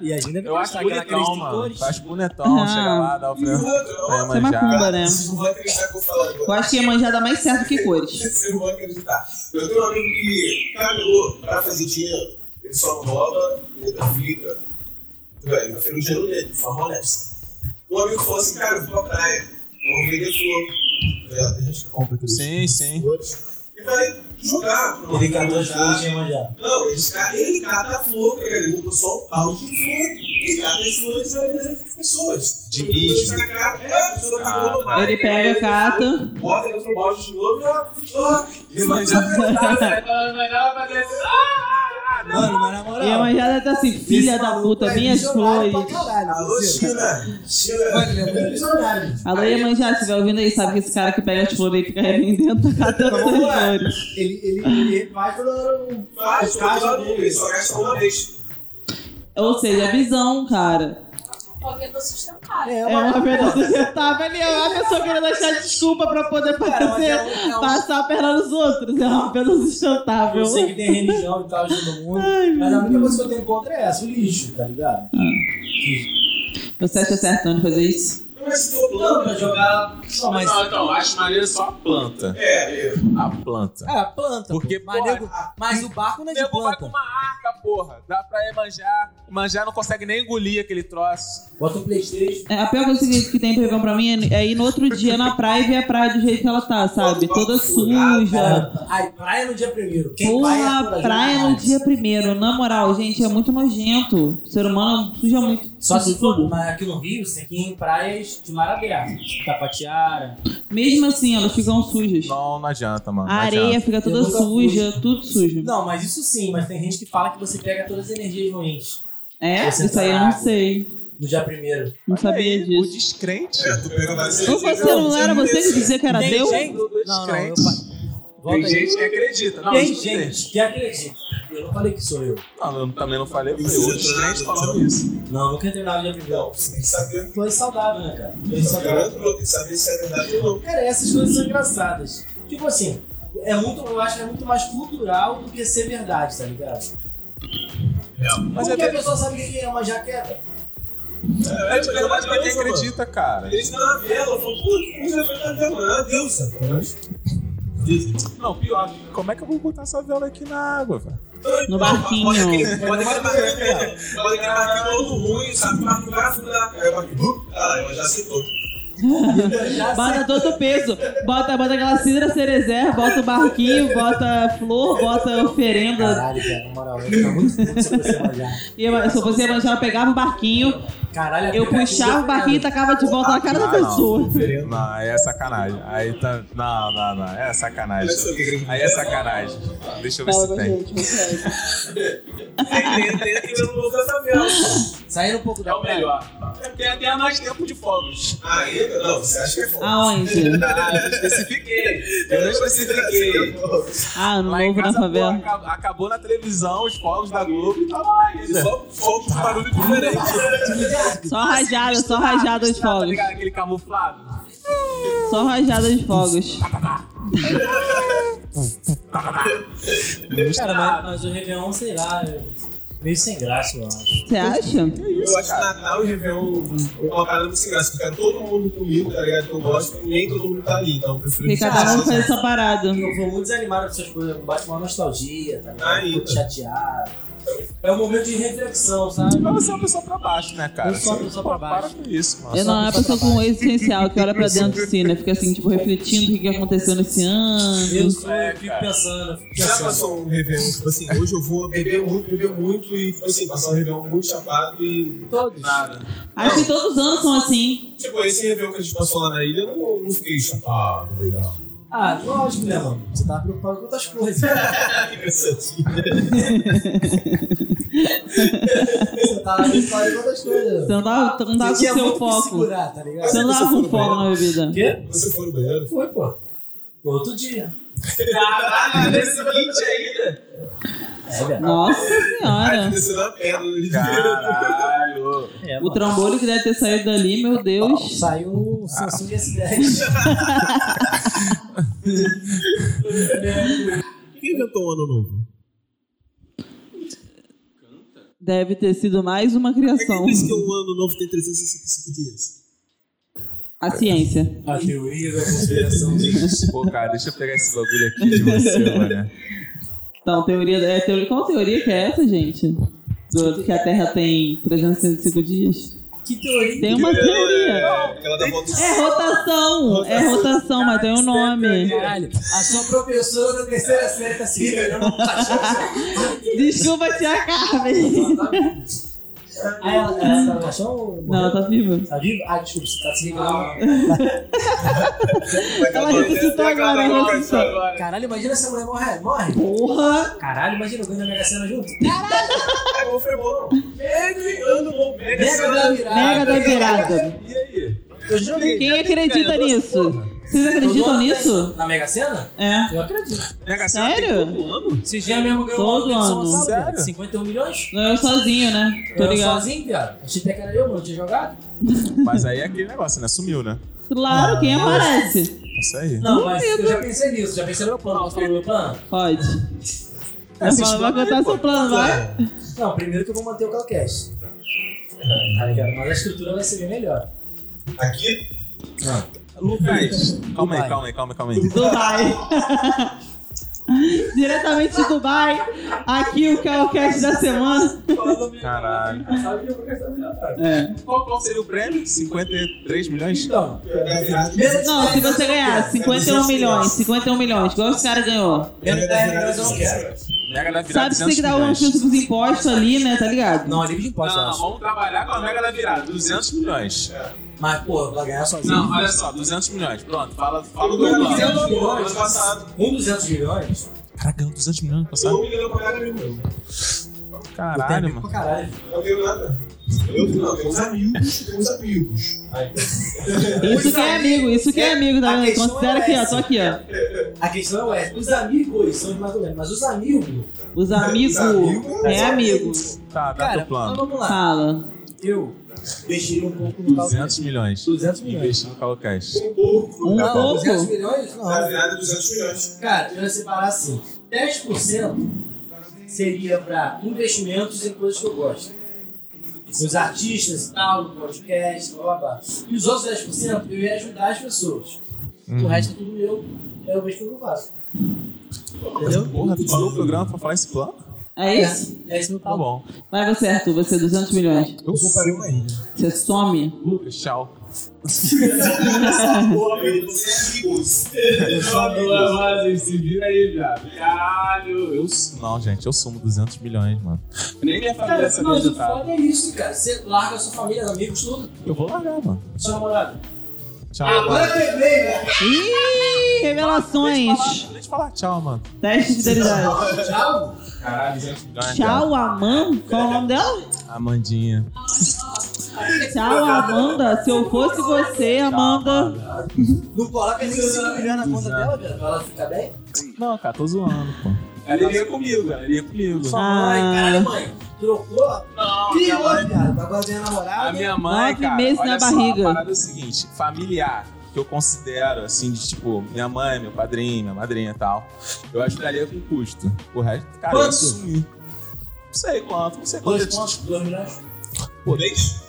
É.
E a gente deve
Eu acho
gostar que ela
bonitão, mano.
cores.
Acho bonitão.
Ah.
Chega lá, dá
E
oferenda.
outra, ó,
Isso é macumba, né?
Vocês não vão acreditar que eu vou falar agora.
Eu acho que Iemanjá dá mais certo que cores.
Vocês não vão acreditar. Eu tenho um amigo que camelou pra fazer dinheiro. Ele só rouba, ele fica. Velho, eu falei o um dinheiro dele, só rola essa. Um amigo falou assim, cara, eu vou pra Um "É, praia, eu vou vender flor. Tá ligado? Tem gente que compra aqueles
Sim, sim.
flores. E falei, jogar. Pronto,
Ele catou as
já-
flores de Iemanjá.
Não, ele cata, ele cata a flor, cara, ele botou só um pau de flor. Ele cata as flores e vai dentro de pessoas.
De
Ele
bicho.
cata, É, a pessoa tá
Ah.
colando mais,
Ele pega, cata.
Bota dentro do balde de novo e ela. Ah, mas
Mano, mas na moral.
E a manjada tá assim, filha
esse
da
maluco
puta,
é
minhas
visionário
flores.
pra caralho,
Alô,
você.
China!
Mano,
China!
ele Ah, né? é muito visionário.
Alô, Iemanjá, se estiver ouvindo aí, sabe que esse cara que pega as flores aí fica revendendo, tá catando as
Vamos lá.
flores.
Ele, ele, ele vai toda hora um
Faz, faz,
caixa
faz, ele
dele.
só gasta uma vez.
Ou seja, a visão, cara.
Uma vida sustentável.
É uma perna sustentável ali, é uma pessoa querendo achar desculpa pra poder
Cara, mas
fazer,
é um- é um-
passar a perna nos outros. É uma perna sustentável.
Eu sei que tem religião e tal de todo mundo, mas a única coisa que eu tenho contra é essa, o lixo, tá ligado?
Você acha certo não fazer isso?
Mas se for
Não,
planta,
pra jogar. Não, mas.
Não, então, acho maneiro só a planta.
é, é.
A planta.
É, planta.
Porque,
pô. mas,
porra,
nego- mas o barco não é de
Nego vai com
planta.
uma arca, porra. Dá pra manjar. Manjar não consegue nem engolir aquele troço.
Bota um Playstation.
É, A pior coisa que, que tem pra ver pra mim é, é ir no outro dia na praia e ver a praia do jeito que ela tá, sabe? Toda suja.
Cara, ai, praia no dia primeiro. Quem vai é
Porra,
corajoso
praia no
demais.
dia primeiro. Na moral, gente, é muito nojento. O ser humano suja muito.
Só se for, mas aqui no Rio, você tem que ir em praias de mar aberto. tipo Tapatiara.
Mesmo assim, elas ficam sujas.
Não, não adianta, mano.
A areia fica
Eu
toda
nunca
suja, tudo sujo.
Não, mas isso sim, mas tem gente que fala que você pega todas as energias ruins
É?
Você
Isso aí eu
tá
não
água.
sei.
no dia primeiro.
Não sabia
O
disso.
descrente.
Tu pega várias
Ou
vezes,
você
né?
não era você que dizia que era
Tem
Deus?
gente- Não, não, eu pa- Volta
Tem
aí.
gente que acredita. Não,
Tem
isso não
gente que acredita. Eu não falei que sou eu.
Não, eu também não falei. Eu falei, o descrente falando isso.
Não, nunca entrei na minha
Não,
primeira.
você tem que saber.
Tô saudável, né, cara? Tô
Só
saudável.
garanto, tem que saber se é verdade ou não.
Cara, essas coisas são engraçadas. Tipo assim, é muito, eu acho que é muito mais cultural do que ser verdade, tá ligado?
Mas é
Porque a
verdade,
pessoa sabe que é uma jaqueta.
é
um
verdade pra quem acredita, cara.
Eles estão na vela, eu falo, pô, que já foi na vela, é a deusa.
Não, pior. Como é que eu vou botar essa vela aqui na água, velho?
No barquinho.
Pode aquele pode aquele barquinho, pode aquele barquinho todo ruim, sabe? O barquinho vai afundar. Aí o barquinho, bum, caralho, ela já aceitou.
Bota todo o peso. Bota, bota aquela cidra cerezé, bota o barquinho, bota flor, bota oferenda.
Caralho, cara, na moral, eu ia ficar muito puto se você manjar.
E eu- se você manjar, eu pegava o barquinho,
Caralho, a é
eu
pegada-
puxava o barquinho e tacava de volta na cara da
Ah, não.
pessoa.
Não, aí é sacanagem. Aí tá. Não, não, não. É sacanagem. Aí é sacanagem. Deixa eu ver se tem.
Tem, tem, tem aquele no novo da favela.
Saindo um pouco
É
da praia.
Tem até mais tempo de fogos.
Aí, não, você acha que é foda.
Aonde?
Ah, eu especifiquei. Eu não especifiquei.
Ah, no
Lá em
novo na
casa,
favela.
pô, acabou, acabou na televisão, os fogos da Globo e tava lá
E
ainda.
só fogo de barulho diferente.
Só rajada, só rajada de
Tá
fogos.
ligado? Aquele camuflado.
Só rajada de fogos.
Cara, mas, mas o Réveillon, sei lá, é meio sem graça, eu acho.
Você acha?
Eu acho que Natal e Réveillon é uma parada muito sem graça. Fica todo mundo comigo, tá ligado? Que eu gosto, e nem todo mundo tá ali. Então eu prefiro
Porque cada um faz essa parada.
Eu vou muito desanimado com essas coisas, bate uma nostalgia, tá ligado?
Aí,
Fico
tá.
chateado. É um momento de reflexão, sabe?
Mas você é uma pessoa pra baixo, né, cara?
Eu sou uma
Você-
pessoa
pô,
pra baixo.
Para com isso, mano.
Eu não, é uma pessoa com um existencial que olha pra dentro de si, né? Fica assim, tipo, refletindo o que que aconteceu nesse ano.
Eu sou, eu fico pensando, eu fico
É, Já
pensando.
passou um Réveillon, tipo assim, hoje eu vou beber muito, beber muito e, tipo assim, passar um Réveillon muito chapado e
Todos.
nada.
Acho que todos os anos são assim.
Tipo, esse Réveillon que a gente passou lá na ilha, eu não, não fiquei chapado, legal.
Ah, lógico, né, mano? Você tava preocupado com outras coisas. Você tava tá preocupado com outras coisas.
Você não dá, não dá com o
tinha
seu
muito que
foco.
segurar, tá ligado?
Você não dá com foco na bebida.
O quê?
Você foi no banheiro?
Foi, pô. No outro dia.
Caralho, nesse seguinte ainda.
É, velho.
Nossa
Aí
senhora.
desceu na pedra no Rio de Janeiro.
Caralho.
É,
O
mano.
trambolho que deve ter saído dali, meu Deus.
Saiu um Samsung S10.
Quem inventou o ano novo?
Deve ter sido mais uma criação.
que o ano novo tem 365 dias?
A ciência.
A teoria da conspiração.
Pô, cara, deixa eu pegar esse bagulho aqui de você, mano.
Então, teoria. É, teoria qual teoria que é essa, gente? Do, que a Terra tem 365 dias?
Que teoria?
Tem um, uma teoria.
Aquela da volta de
É rotação. É rotação, mas tem o nome.
é Caralho, a sua professora da terceira série tá é se revelando com caixão.
Desculpa, tia Carmen.
Ah, tá ela, ela tá no caixão? ou
Não,
morreu?
tá viva.
Tá viva? Ah, desculpa, você tá se revelando.
Ela
né?
ressuscitou agora, ela tá ressuscitou.
Caralho, imagina se a mulher morre. Morre.
Porra!
Caralho, imagina eu ganho a Mega Sena junto.
Caralho, foi bom. Mega e ano bom. Mega
Mega da
Mega
virada.
da virada.
E aí?
Eu joguei.
Quem acredita nisso? Vocês acreditam nisso?
Na Mega Sena?
É.
Eu acredito.
Mega Sena tem
Sério?
todo ano?
Esse dia mesmo ganhou
Todo
uma
ano.
competição sábado,
Sério?
51 milhões?
Ganhou sozinho, né? Tô
eu
ligado.
sozinho, viado. Achei que era eu, mano. Eu tinha jogado.
Mas aí é aquele negócio, né? Sumiu, né?
Claro, quem aparece?
É Isso aí.
Não, mas eu já pensei nisso. Já pensei no meu plano. Posso falar do meu plano?
Pode.
Assiste
Vai
lá,
contar
pô.
seu plano, vai?
Não, primeiro que eu vou manter o Calcast. Tá ligado? Mas a estrutura vai ser bem melhor.
Aqui?
Lucas, calma aí,
Dubai.
calma aí, calma aí, calma aí.
Dubai. Diretamente de Dubai, aqui o Calcast da semana.
Caralho.
Sabe que eu vou gastar melhor, cara.
É.
Qual, qual seria o prêmio? 53 milhões?
Então,
Mega virada.
menos de
Não,
10
se
milhões
você
eu não
ganhar
quero.
51 milhões, 51 milhões, igual os caras ganhou.
Menos de 10 milhões eu não quero.
Mega da virada.
Sabe que tem que dar
200
um alguma
milhões.
chance pros impostos ali, né? Tá ligado?
Não, é livre de imposto, eu
Não,
acho.
vamos trabalhar com a Mega da virada. 200 milhões.
Mas, pô, vai ganhar sozinho.
Não, olha só, 200 milhões. Pronto, fala, fala do
Eu
teu
ganhei
plano.
200 milhões ano passado.
Um 200 milhões?
Caraca, ganhou 200 milhões no
Eu
passado.
me lembro pra amigo meu.
Caralho,
Pra
mano.
caralho.
Eu Não tenho nada. Eu não, tenho uns amigos, tenho uns amigos. Aí,
Isso que é amigo, isso que é amigo, tá
A
vendo?
questão
Considera
é
aqui, ó,
essa.
tô aqui, ó.
A questão é, os amigos são os mais grandes, mas os amigos...
Os amigos.
amigos,
É amigo.
Tá, dá
Cara,
teu plano.
mas então vamos
Tá.
lá.
Fala.
Eu deixei um pouco no
200
Calcast.
milhões.
200 milhões.
Investir no Calcast.
um pouco.
Um
Tá bom.
pouco.
200 milhões?
Mega
Não.
virada, 200 milhões.
Cara, eu ia separar assim: 10% seria para investimentos em coisas que eu gosto. Os artistas e tal, no podcast, blá blá blá. E os outros 10% eu ia ajudar as pessoas.
Uhum.
O resto é tudo meu, eu vejo que eu não faço. Entendeu?
Porra, tu falou o programa pra falar esse plano?
É isso?
É isso meu
Tá bom.
Vai você, Arthur, você 200 milhões.
Eu comparei uma ilha.
Você some.
Lucas, tchau.
Porra, meu, você é amigos.
se vira aí, viado. Caralho. Eu... su- Não, gente, eu sumo 200 milhões, mano. Nem minha família
Cara,
sabia
mas o
onde tá.
foda é isso, cara. Você larga sua família, amigos, tudo.
Eu vou largar, mano.
Sua namorada.
Tchau.
Agora eu lembrei, né?
Ih, revelações.
Deixa eu falar tchau, mano.
Teste de fidelidade.
Tchau.
Caralho, 200 milhões.
Tchau, Amanda. Qual é o nome dela?
Amandinha.
Tchau, Amanda. Se eu fosse você, Amanda.
Não coloca nem 5 milhões na conta
Exato.
dela, velho. Pra ela ficar bem.
Não, cara, tô zoando, pô. Ela iria comigo, ela iria comigo.
Sua mãe,
Ah.
caralho, mãe, trocou? Não, Criou, viado. Agora tem a
A
namorada.
minha mãe,
Nove
cara,
meses
olha
na
só,
barriga.
a parada é o seguinte, familiar, que eu considero, assim, de tipo, minha mãe, meu padrinho, minha madrinha e tal, eu ajudaria com custo. O resto, cara, eu
Quanto?
assumi. Não sei quanto, não sei quanto.
Dois pontos, dois milhões.
Por mês?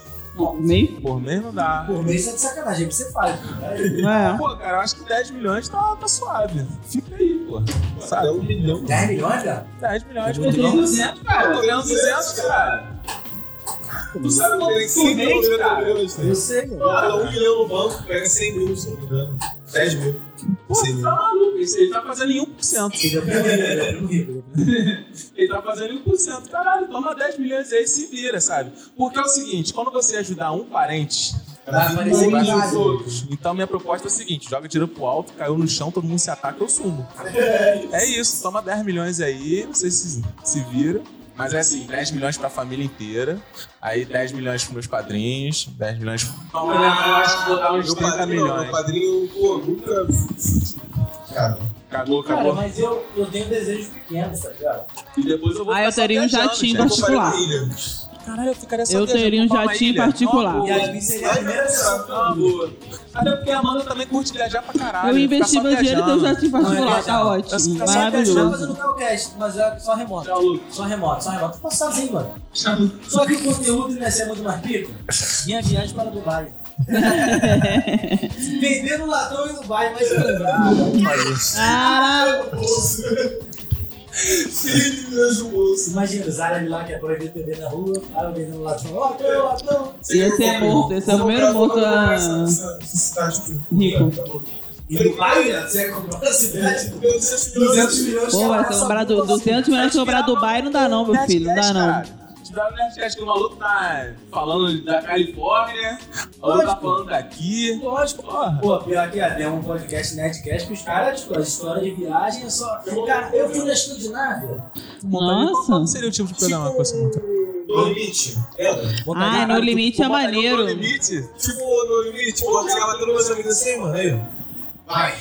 Meio?
Por mês não dá.
Por mês é de sacanagem, é o que você faz. né?
É.
Pô, cara, eu acho que 10 milhões tá, tá suave. Fica aí, pô. Sabe?
Até um milhão.
10 milhões, viado?
10 milhões,
Eu tenho
pô.
200,
Cara, eu tô
cara.
ganhando 200, cara.
Tu sabe quanto é que 100
mês,
milhões,
cara?
cara?
Eu sei, mano.
Porra, um milhão no banco pega 100 mil, se não me engano. 10 mil.
Pô, você tá maluco, isso aí tá fazendo em 1%.
Ele é primo rico,
né?
ele é primo rico.
Ele tá fazendo 1%. Caralho, toma 10 milhões aí e se vira, sabe? Porque é o seguinte, quando você ajudar um parente,
Vai aparecer
você vai
em
ajudar os
casa.
outros. Então minha proposta é a seguinte, joga tiro pro alto, caiu no chão, todo mundo se ataca, eu sumo. É isso, toma 10 milhões aí, não sei se se vira. Mas é assim, 10 milhões pra família inteira, aí 10 milhões pros meus padrinhos, 10 milhões... Não, Ah, eu acho que vou dar uns
Meu
30
padrinho, não, meu
milhões.
padrinho, pô, nunca. Cara,
Cagou,
Cara,
cagou.
mas eu, eu tenho desejos pequenos, tá ligado?
E depois eu vou
Ah,
ficar
eu
só
teria um
viajando, gente.
jatinho
eu comprei
Particular.
uma ilha.
Caralho, eu ficaria só
Eu
viajando,
teria um
comprar uma
jatinho
ilha.
particular.
Uma
E
boa.
a mim seria a primeira pessoa.
Ah, boa. Até porque a Amanda também curte viajar pra caralho.
Eu investi
ficar só
meu dinheiro e
viajando.
tenho jatinho
Não,
particular.
eu
Tá
viajava.
ótimo.
Eu
Só que eu tava
Maravilhoso.
fazendo calcast, mas é só remoto.
Tchau, Lu.
Só remoto, só remoto. Eu faço sozinho, mano. Só que o conteúdo ia ser muito mais pico. Minha viagem para Dubai. Vendendo ladrão em Dubai, mas
Olha isso.
Caralho.
Cheio de meus no bolso.
Imagina, os árabes lá que é proibido beber na rua, aí alguém no latão, latão, latão.
Esse é morto, esse é o primeiro morto a- Rico.
E no baile, né,
Você é comprar a cidade com 200 milhões de
Pô, vai ser lembrar do 200 milhões de sobrar Dubai não dá não, meu filho, não dá não.
Tiraram o que o maluco tá falando da Califórnia, o outro tá falando daqui. Lógico, porra.
Pô, pior que é, tem um podcast Nerdcast que os caras, tipo, as histórias de viagem é só. Cara, eu fui na Escandinávia.
Montaria- qual- Qual
Nossa.
seria o tipo de programa que você montaria?
No limite, lembra?
Ai, no limite é maneiro.
No limite?
Tipo, no limite, pô, eu chegava todos meus amigos assim, mano, aí. Vai.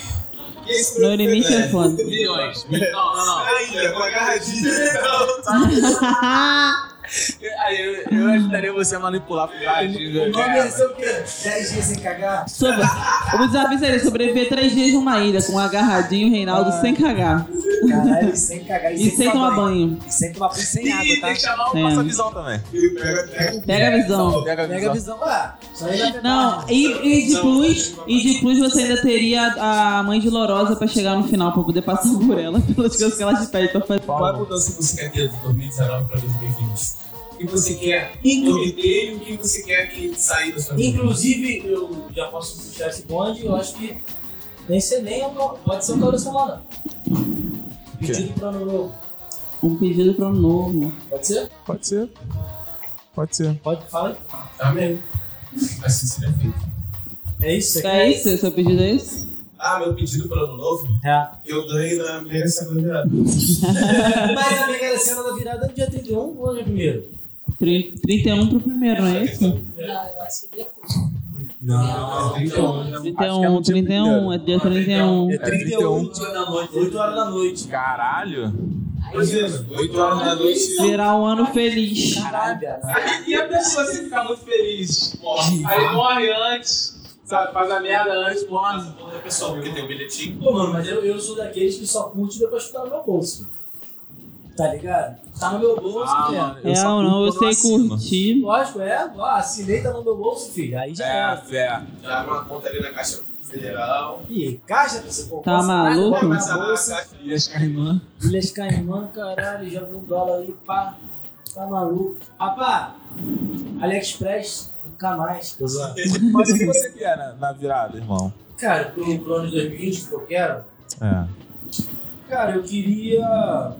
E esse
No limite é
foda.
foda.
Milhões. Não, não, não.
Ainda, com a garradinha.
Aí eu, eu ajudaria você a manipular é pro
O
Brasil.
nome ia ser o quê? 10 dias sem cagar?
Sobre... O desafio seria sobreviver três dias numa ilha com um agarradinho Reinaldo sem cagar.
Caralho, sem cagar.
E sem tomar banho.
E sem tomar banho sem água,
E
tá?
tem que chamar o
É.
passa-visão também.
Ele pega, pega.
Pega a visão.
Pega a
Pega a
visão.
visão lá. Só aí vai
Não, e, e de plus, e de plus você ainda teria a a mãe de Lorosa pra chegar no final, pra poder passar por ela, pelas coisas que ela te pede pra fazer.
Qual é a mudança que você quer ter de 2019 para 2020? O que você quer intrometer e o que você quer que sair da sua vida?
Inclusive, eu já posso puxar esse bonde, eu acho que nem sei nem é o nome, pode ser o Cláudio Semana. Pedido para ano novo.
Um pedido pra um novo.
Pode ser?
Pode ser. Pode ser.
Pode, fala aí.
Amém. Assim seria feito.
É isso? você
É
quer?
isso? Seu pedido é esse?
Ah, meu pedido para o ano novo?
É.
que Eu ganhei na Mega Sena Virada.
Mas a Mega Sena da virada é no dia 31 ou dia primeiro?
Tri- 31 pro primeiro, não é isso?
Não, eu acho
é
que depois.
Não, então. né?
31, 31, é dia 31.
É
31.
31, 8 horas da noite. 8 horas da noite.
Caralho.
Imagina, 8 horas da noite.
Será um ano feliz.
tá Caralho,
E a pessoa sempre fica muito feliz. Morre. Aí morre antes. Sabe, faz a merda antes, morre.
O pessoal que tem o bilhetinho.
Pô, mano, mas eu, eu sou daqueles que só curte depois que tá no meu bolso. Tá ligado? Tá no meu bolso,
Ah,
né?
É ou não, eu sei curtir.
Lógico, é. Ó, assinei, tá no meu bolso, filho. Aí já
É,
era.
fé.
Já abre uma conta ali na Caixa Federal.
Ih, caixa pra você
Tá maluco?
Vai
Uhum.
passar na Caixa.
E as irmãs.
Ilhas Caimã, caralho, joga um dólar aí, pá. Tá maluco. Rapá, AliExpress, nunca mais. Tô zoando.
Mas o que você quer na, na virada, irmão?
Cara, pro, pro ano de 2020 que eu quero,
É.
cara, eu queria,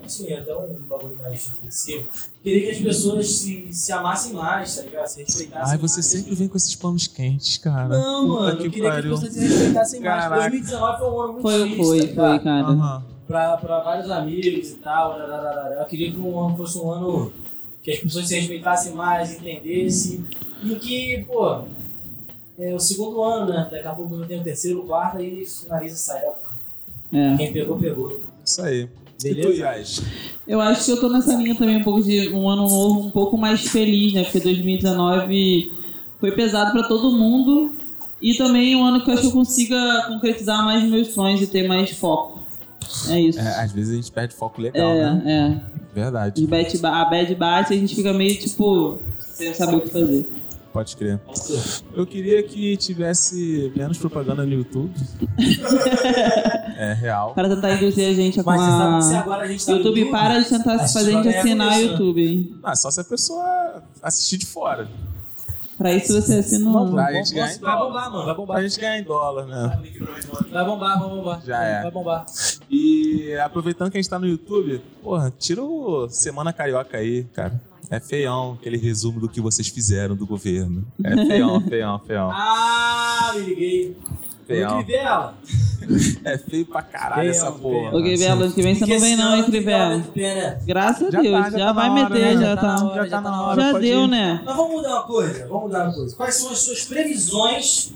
assim, até um bagulho mais reflexivo, queria que as pessoas se, se amassem mais, tá ligado? Se respeitassem
Ai, você
mais.
sempre vem com esses panos quentes, cara.
Não,
Puta
mano, eu queria que as pessoas se respeitassem
Caraca.
mais. 2019 foi um ano muito
Foi,
triste,
foi,
tá ligado?
foi, cara.
Aham.
pra, pra vários amigos e tal. rarararara. Eu queria que o ano fosse um ano que as pessoas se respeitassem mais, entendessem. E que, pô, é o segundo ano, né? Daqui a pouco eu tenho o terceiro, o quarto, aí finaliza essa época.
É.
Quem pegou, pegou.
Isso aí.
Beleza?
E tu, Yas?
Eu acho que eu tô nessa linha também um pouco de um ano novo um pouco mais feliz, né? Porque 2019 foi pesado pra todo mundo e também um ano que eu acho que eu consiga concretizar mais meus sonhos e ter mais foco. É isso.
É,
É,
às vezes a gente perde foco
tá,
legal, né?
é.
Verdade.
De bad, ba- a bad bate a gente fica meio tipo sem saber o que fazer.
Pode crer. Eu queria que tivesse menos propaganda no YouTube. é real.
Para tentar induzir a gente a
Mas você sabe que se
com
agora a gente tá
a...
no
YouTube para de tentar
a
se fazer a gente
história é
assinar o
essa.
YouTube, hein?
Ah, só se a pessoa assistir de fora.
Pra isso você assina
Não,
um.
pra
Vai
gente ganhar em
vai
dólar.
bombar, mano. Vai
Pra
bombar.
gente ganhar em dólar, né?
Vai bombar, vai bombar.
Já é.
Vai bombar.
E aproveitando que a gente tá no YouTube, porra, tira o Semana Carioca aí, cara. É feião aquele resumo do que vocês fizeram do governo. É feião, feião, feião.
Ah, me liguei.
Feião.
Crivella.
É feio pra caralho
Feião,
essa porra.
Ô, Gabriel, ano que vem você não vem não, hein, Crivella?
né?
Graças
Já
a
tá,
Deus,
já
já,
tá na
vai
hora,
meter,
né?
já
Já
tá.
tá na hora.
Já
pode
deu,
ir.
né?
Mas vamos mudar uma coisa, vamos mudar uma coisa. Quais são as suas previsões?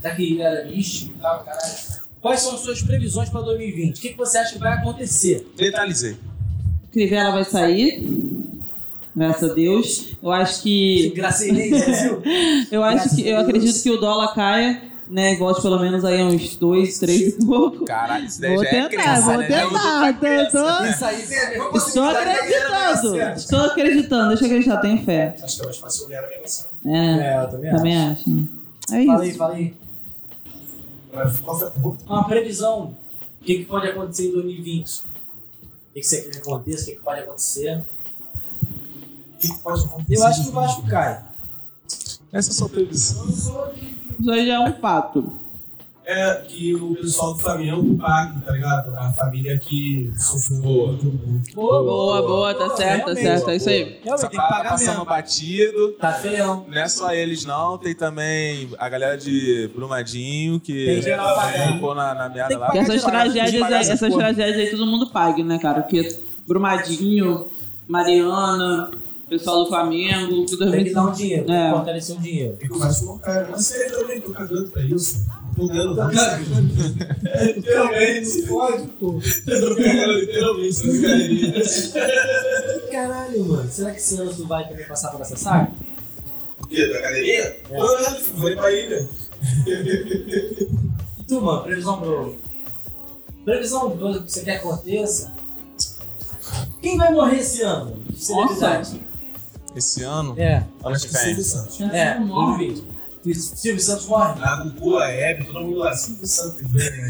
Tá Já que era místico e tal, tá, caralho. Quais são as suas previsões para 2020? O que, que você acha que vai acontecer?
Detalhizei.
Crivella vai sair. Graças a Deus. Eu acho que.
Engracei Brasil.
Eu acho
Graças
que.
a
Eu
Deus.
acredito que o dólar caia, né? E volte pelo menos aí a uns dois, três e pouco.
Caralho, isso daí
Vou
já é
tentar,
crença,
vou
né?
tentar.
é
tô-
Isso aí, Zé,
tô- Estou acreditando. Estou acreditando, deixa eu acreditar, tenho fé.
Acho que é mais fácil ganhar a Mega Sena.
É,
É, eu também acho.
também acho. É
Fala aí,
isso.
fala aí.
Mas Qual foi a pergunta?
Uma previsão. O que, que pode acontecer em 2020? O que, que você quer que aconteça, o que, que pode acontecer.
O que que pode acontecer?
Eu acho que o Vasco cai.
Essa é a sua previsão.
Isso aí já é um fato.
É que o pessoal do Flamengo pague, tá ligado? A família que sofreu.
Boa, boa, tá certo, tá
realmente,
certo. É isso aí.
Realmente, tem que pagar mesmo.
Passamos batido.
Tá feião.
Não é só eles, não. Tem também a galera de Brumadinho,
Tem
que né,
geral pagando.
ficou na, na merda lá.
Que essas
Tem que
tragédias,
pagar
aí,
essas
essas
porra.
tragédias aí todo mundo pague, né, cara? Porque Brumadinho, Mariana, pessoal do Flamengo, tudo
Tem que
bem.
dar um dinheiro, tem
É.
que fortalecer o dinheiro.
E o Vasco não cai. Eu não sei, eu também tô cagando pra isso. Tô dando Literalmente. né?
Pode, pô.
Eu tô cagando literalmente essa brincadeira.
Caralho, mano. Será que esse ano tu vai também passar por essa saga?
O quê? Da academia? Ah, vou ir pra ilha.
E tu, mano, previsão pro. Previsão do que você quer que aconteça. Quem vai morrer esse ano?
um
Celebridade.
Esse ano,
É.
ano que vem.
Silvio Santos.
É, vamos ver. Silvio Santos morre.
A Gugu, Ah, a Hebe, todo mundo lá. Silvio Santos, né?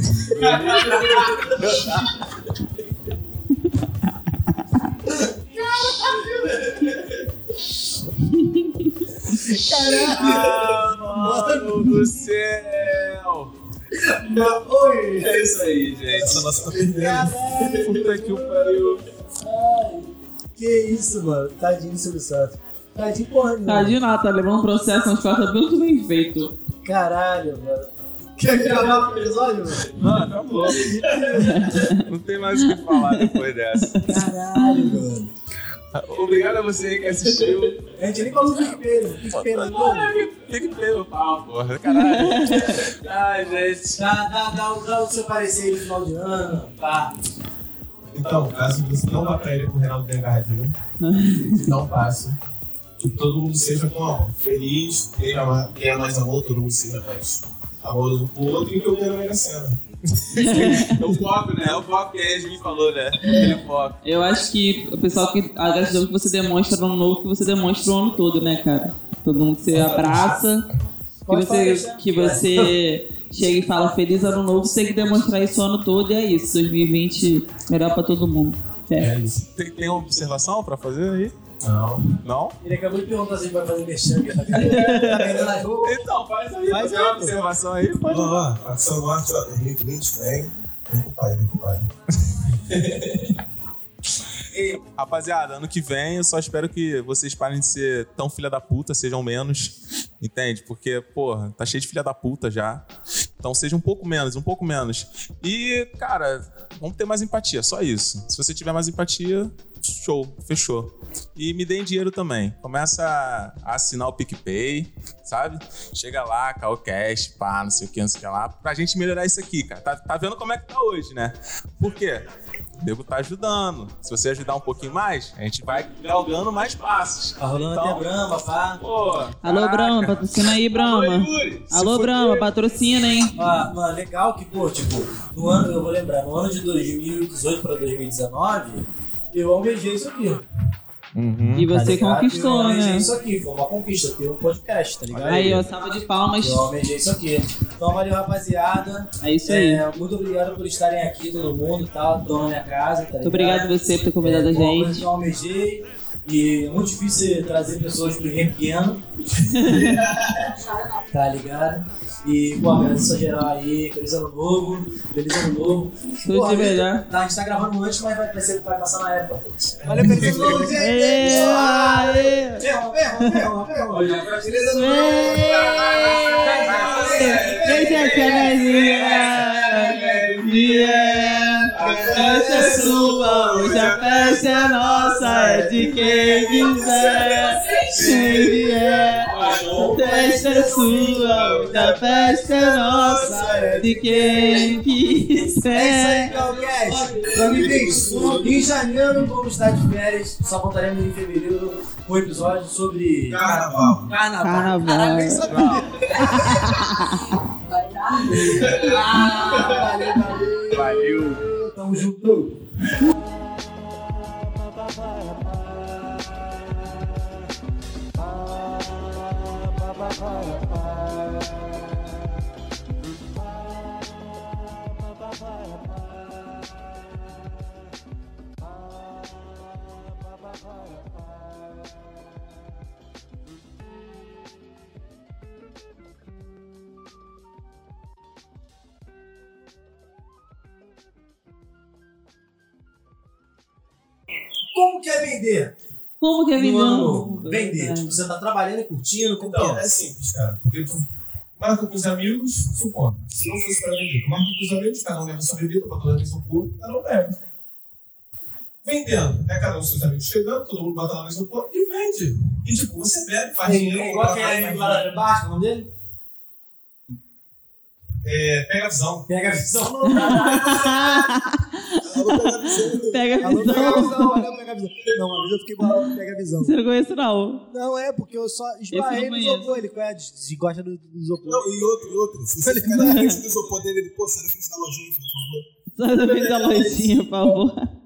Ah, mano do céu!
Oi! É isso aí, gente. Essa nossa perdendo.
Caralho, puta que o pariu.
Que isso, mano. Tadinho do Silvio Santos. Tadinho porra nenhuma.
Tadinho não, tá levando um processo nas costas muito bem feito.
Caralho, mano. Quer gravar o episódio, mano?
Não, tá bom. Não tem mais o que falar depois dessa.
Caralho, mano.
Obrigado a você que assistiu.
A gente nem falou do PicPay, mano. PicPay não
Mano, tem que ter o pau, porra. Caralho. Ai, gente.
Dá, dá, dá, o- dá o seu parecer aí no final de ano, pá.
Então, caso você não vá pra ele com o Reinaldo Delgadinho, não passe. Que todo mundo seja como? Feliz, tenha, ma- tenha é mais amor, todo mundo seja mais amoroso com o um outro e que eu ganhe a Mega Sena.
É o pop, né? É o pop que a Esmin falou, né? Aquele pop.
Eu acho que o pessoal que. A gratidão que você demonstra no ano novo, que você demonstra o ano todo, né, cara? Todo mundo que você abraça, que
Pode falar,
você,
Cristiano.
que você chega e fala feliz ano novo, você tem que demonstrar isso o ano todo e é isso. 2020 melhor pra todo mundo. É.
isso. Então,
Tem, tem uma observação pra fazer aí?
Não.
Não?
Ele acabou de perguntar se a gente vai fazer mexame. Tá vendendo as roupas.
Então, faz aí.
Faz
Faz
aí,
uma
pô.
observação aí. Pode.
Vamos lá, Facção Norte, ó, 2020, vem. Vem com o pai, vem com o pai.
Rapaziada, ano que vem eu só espero que vocês parem de ser tão filha da puta, sejam menos. Entende? Porque, porra, tá cheio de filha da puta já. Então seja um pouco menos, um pouco menos. E, cara, vamos ter mais empatia, só isso. Se você tiver mais empatia, show, fechou. E me deem dinheiro também. Começa a assinar o PicPay, sabe? Chega lá, CalCast, pá, não sei o que, não sei o que lá. Pra gente melhorar isso aqui, cara. Tá, tá vendo como é que tá hoje, né? Por quê? O nego tá ajudando. Se você ajudar um pouquinho mais, a gente vai galgando mais passos. Então,
Tá rolando até brama, pá.
Pô,
Alô,
caraca.
Brahma, patrocina aí,
Alô,
Brahma.
Yuri. Se
Alô,
fuder.
Brahma, patrocina, hein?
Ah, mano, legal que, pô, tipo, no ano, eu vou lembrar, no ano de 2018 pra 2019, eu almejei isso aqui.
Uhum.
E
tá
você
ligado? eu
conquistou,
almejei
né?
isso aqui, foi uma conquista, ter um podcast, tá ligado?
Aí, ó, salva de palmas.
Eu almejei isso aqui. Então, valeu, rapaziada.
É isso aí.
É, muito obrigado por estarem aqui, todo mundo e tal, estão na minha casa, tá
Muito obrigado você por ter convidado a
É, bom,
gente.
Eu almejei. E é muito difícil trazer pessoas pro Rio pequeno. tá ligado? E, pô, agradeço a geral aí. Feliz ano novo. Feliz ano novo.
Tudo
Porra,
de melhor.
Tá, a gente tá gravando antes, mas vai, vai, ser, vai passar na época. Valeu, feliz ano
É.
novo,
Aê, aê.
Ferro, ferro, ferro,
É.
ferro. Feliz ano novo.
Vem ter a A festa é sua, hoje a festa é nossa, é de quem quiser. Quem vier. A festa é sua, hoje a festa é nossa, é de quem
É
quiser.
Calcast. 2021, em janeiro, vamos estar de férias. Só voltaremos em fevereiro com um episódio sobre
Carnaval.
carnaval.
Carnaval.
Vai dar?
Valeu, valeu. Valeu. Tamo junto. Como que é vender?
Como que é
No
vender?
ano
um-
novo. Vender.
Verdade.
Tipo, você tá trabalhando e curtindo, como
Então,
que
é
é?
simples, cara. Porque tu marca com os amigos, supondo. Se não fosse pra vender, tu marca com os amigos, cada um leva sua bebida, bota lá no seu pulo, cada um bebe. Vendendo, é cada um dos seus amigos chegando, todo mundo bota lá no seu pulo e vende. E tipo, você bebe, faz dinheiro,
É igual
bota
aquele
lá, faz
amigo lá de
dinheiro.
baixo, o nome dele?
É, pega a visão.
Pega a visão. Alô, pega a visão.
Pega a
Alô, pega a
visão.
visão. Alô, pega a visão. Não, uma vez eu fiquei bolado, pega a visão.
Você não conhece, não.
Não, é porque eu só
Esse
esbarrei no
eu não
isopor. Ele conhece, desgosta do, do isopor.
e outro, e outro. Se você ficar na frente do isopor dele, ele, pô, sai da frente da lojinha, por é favor.
Só da frente da lojinha, por favor.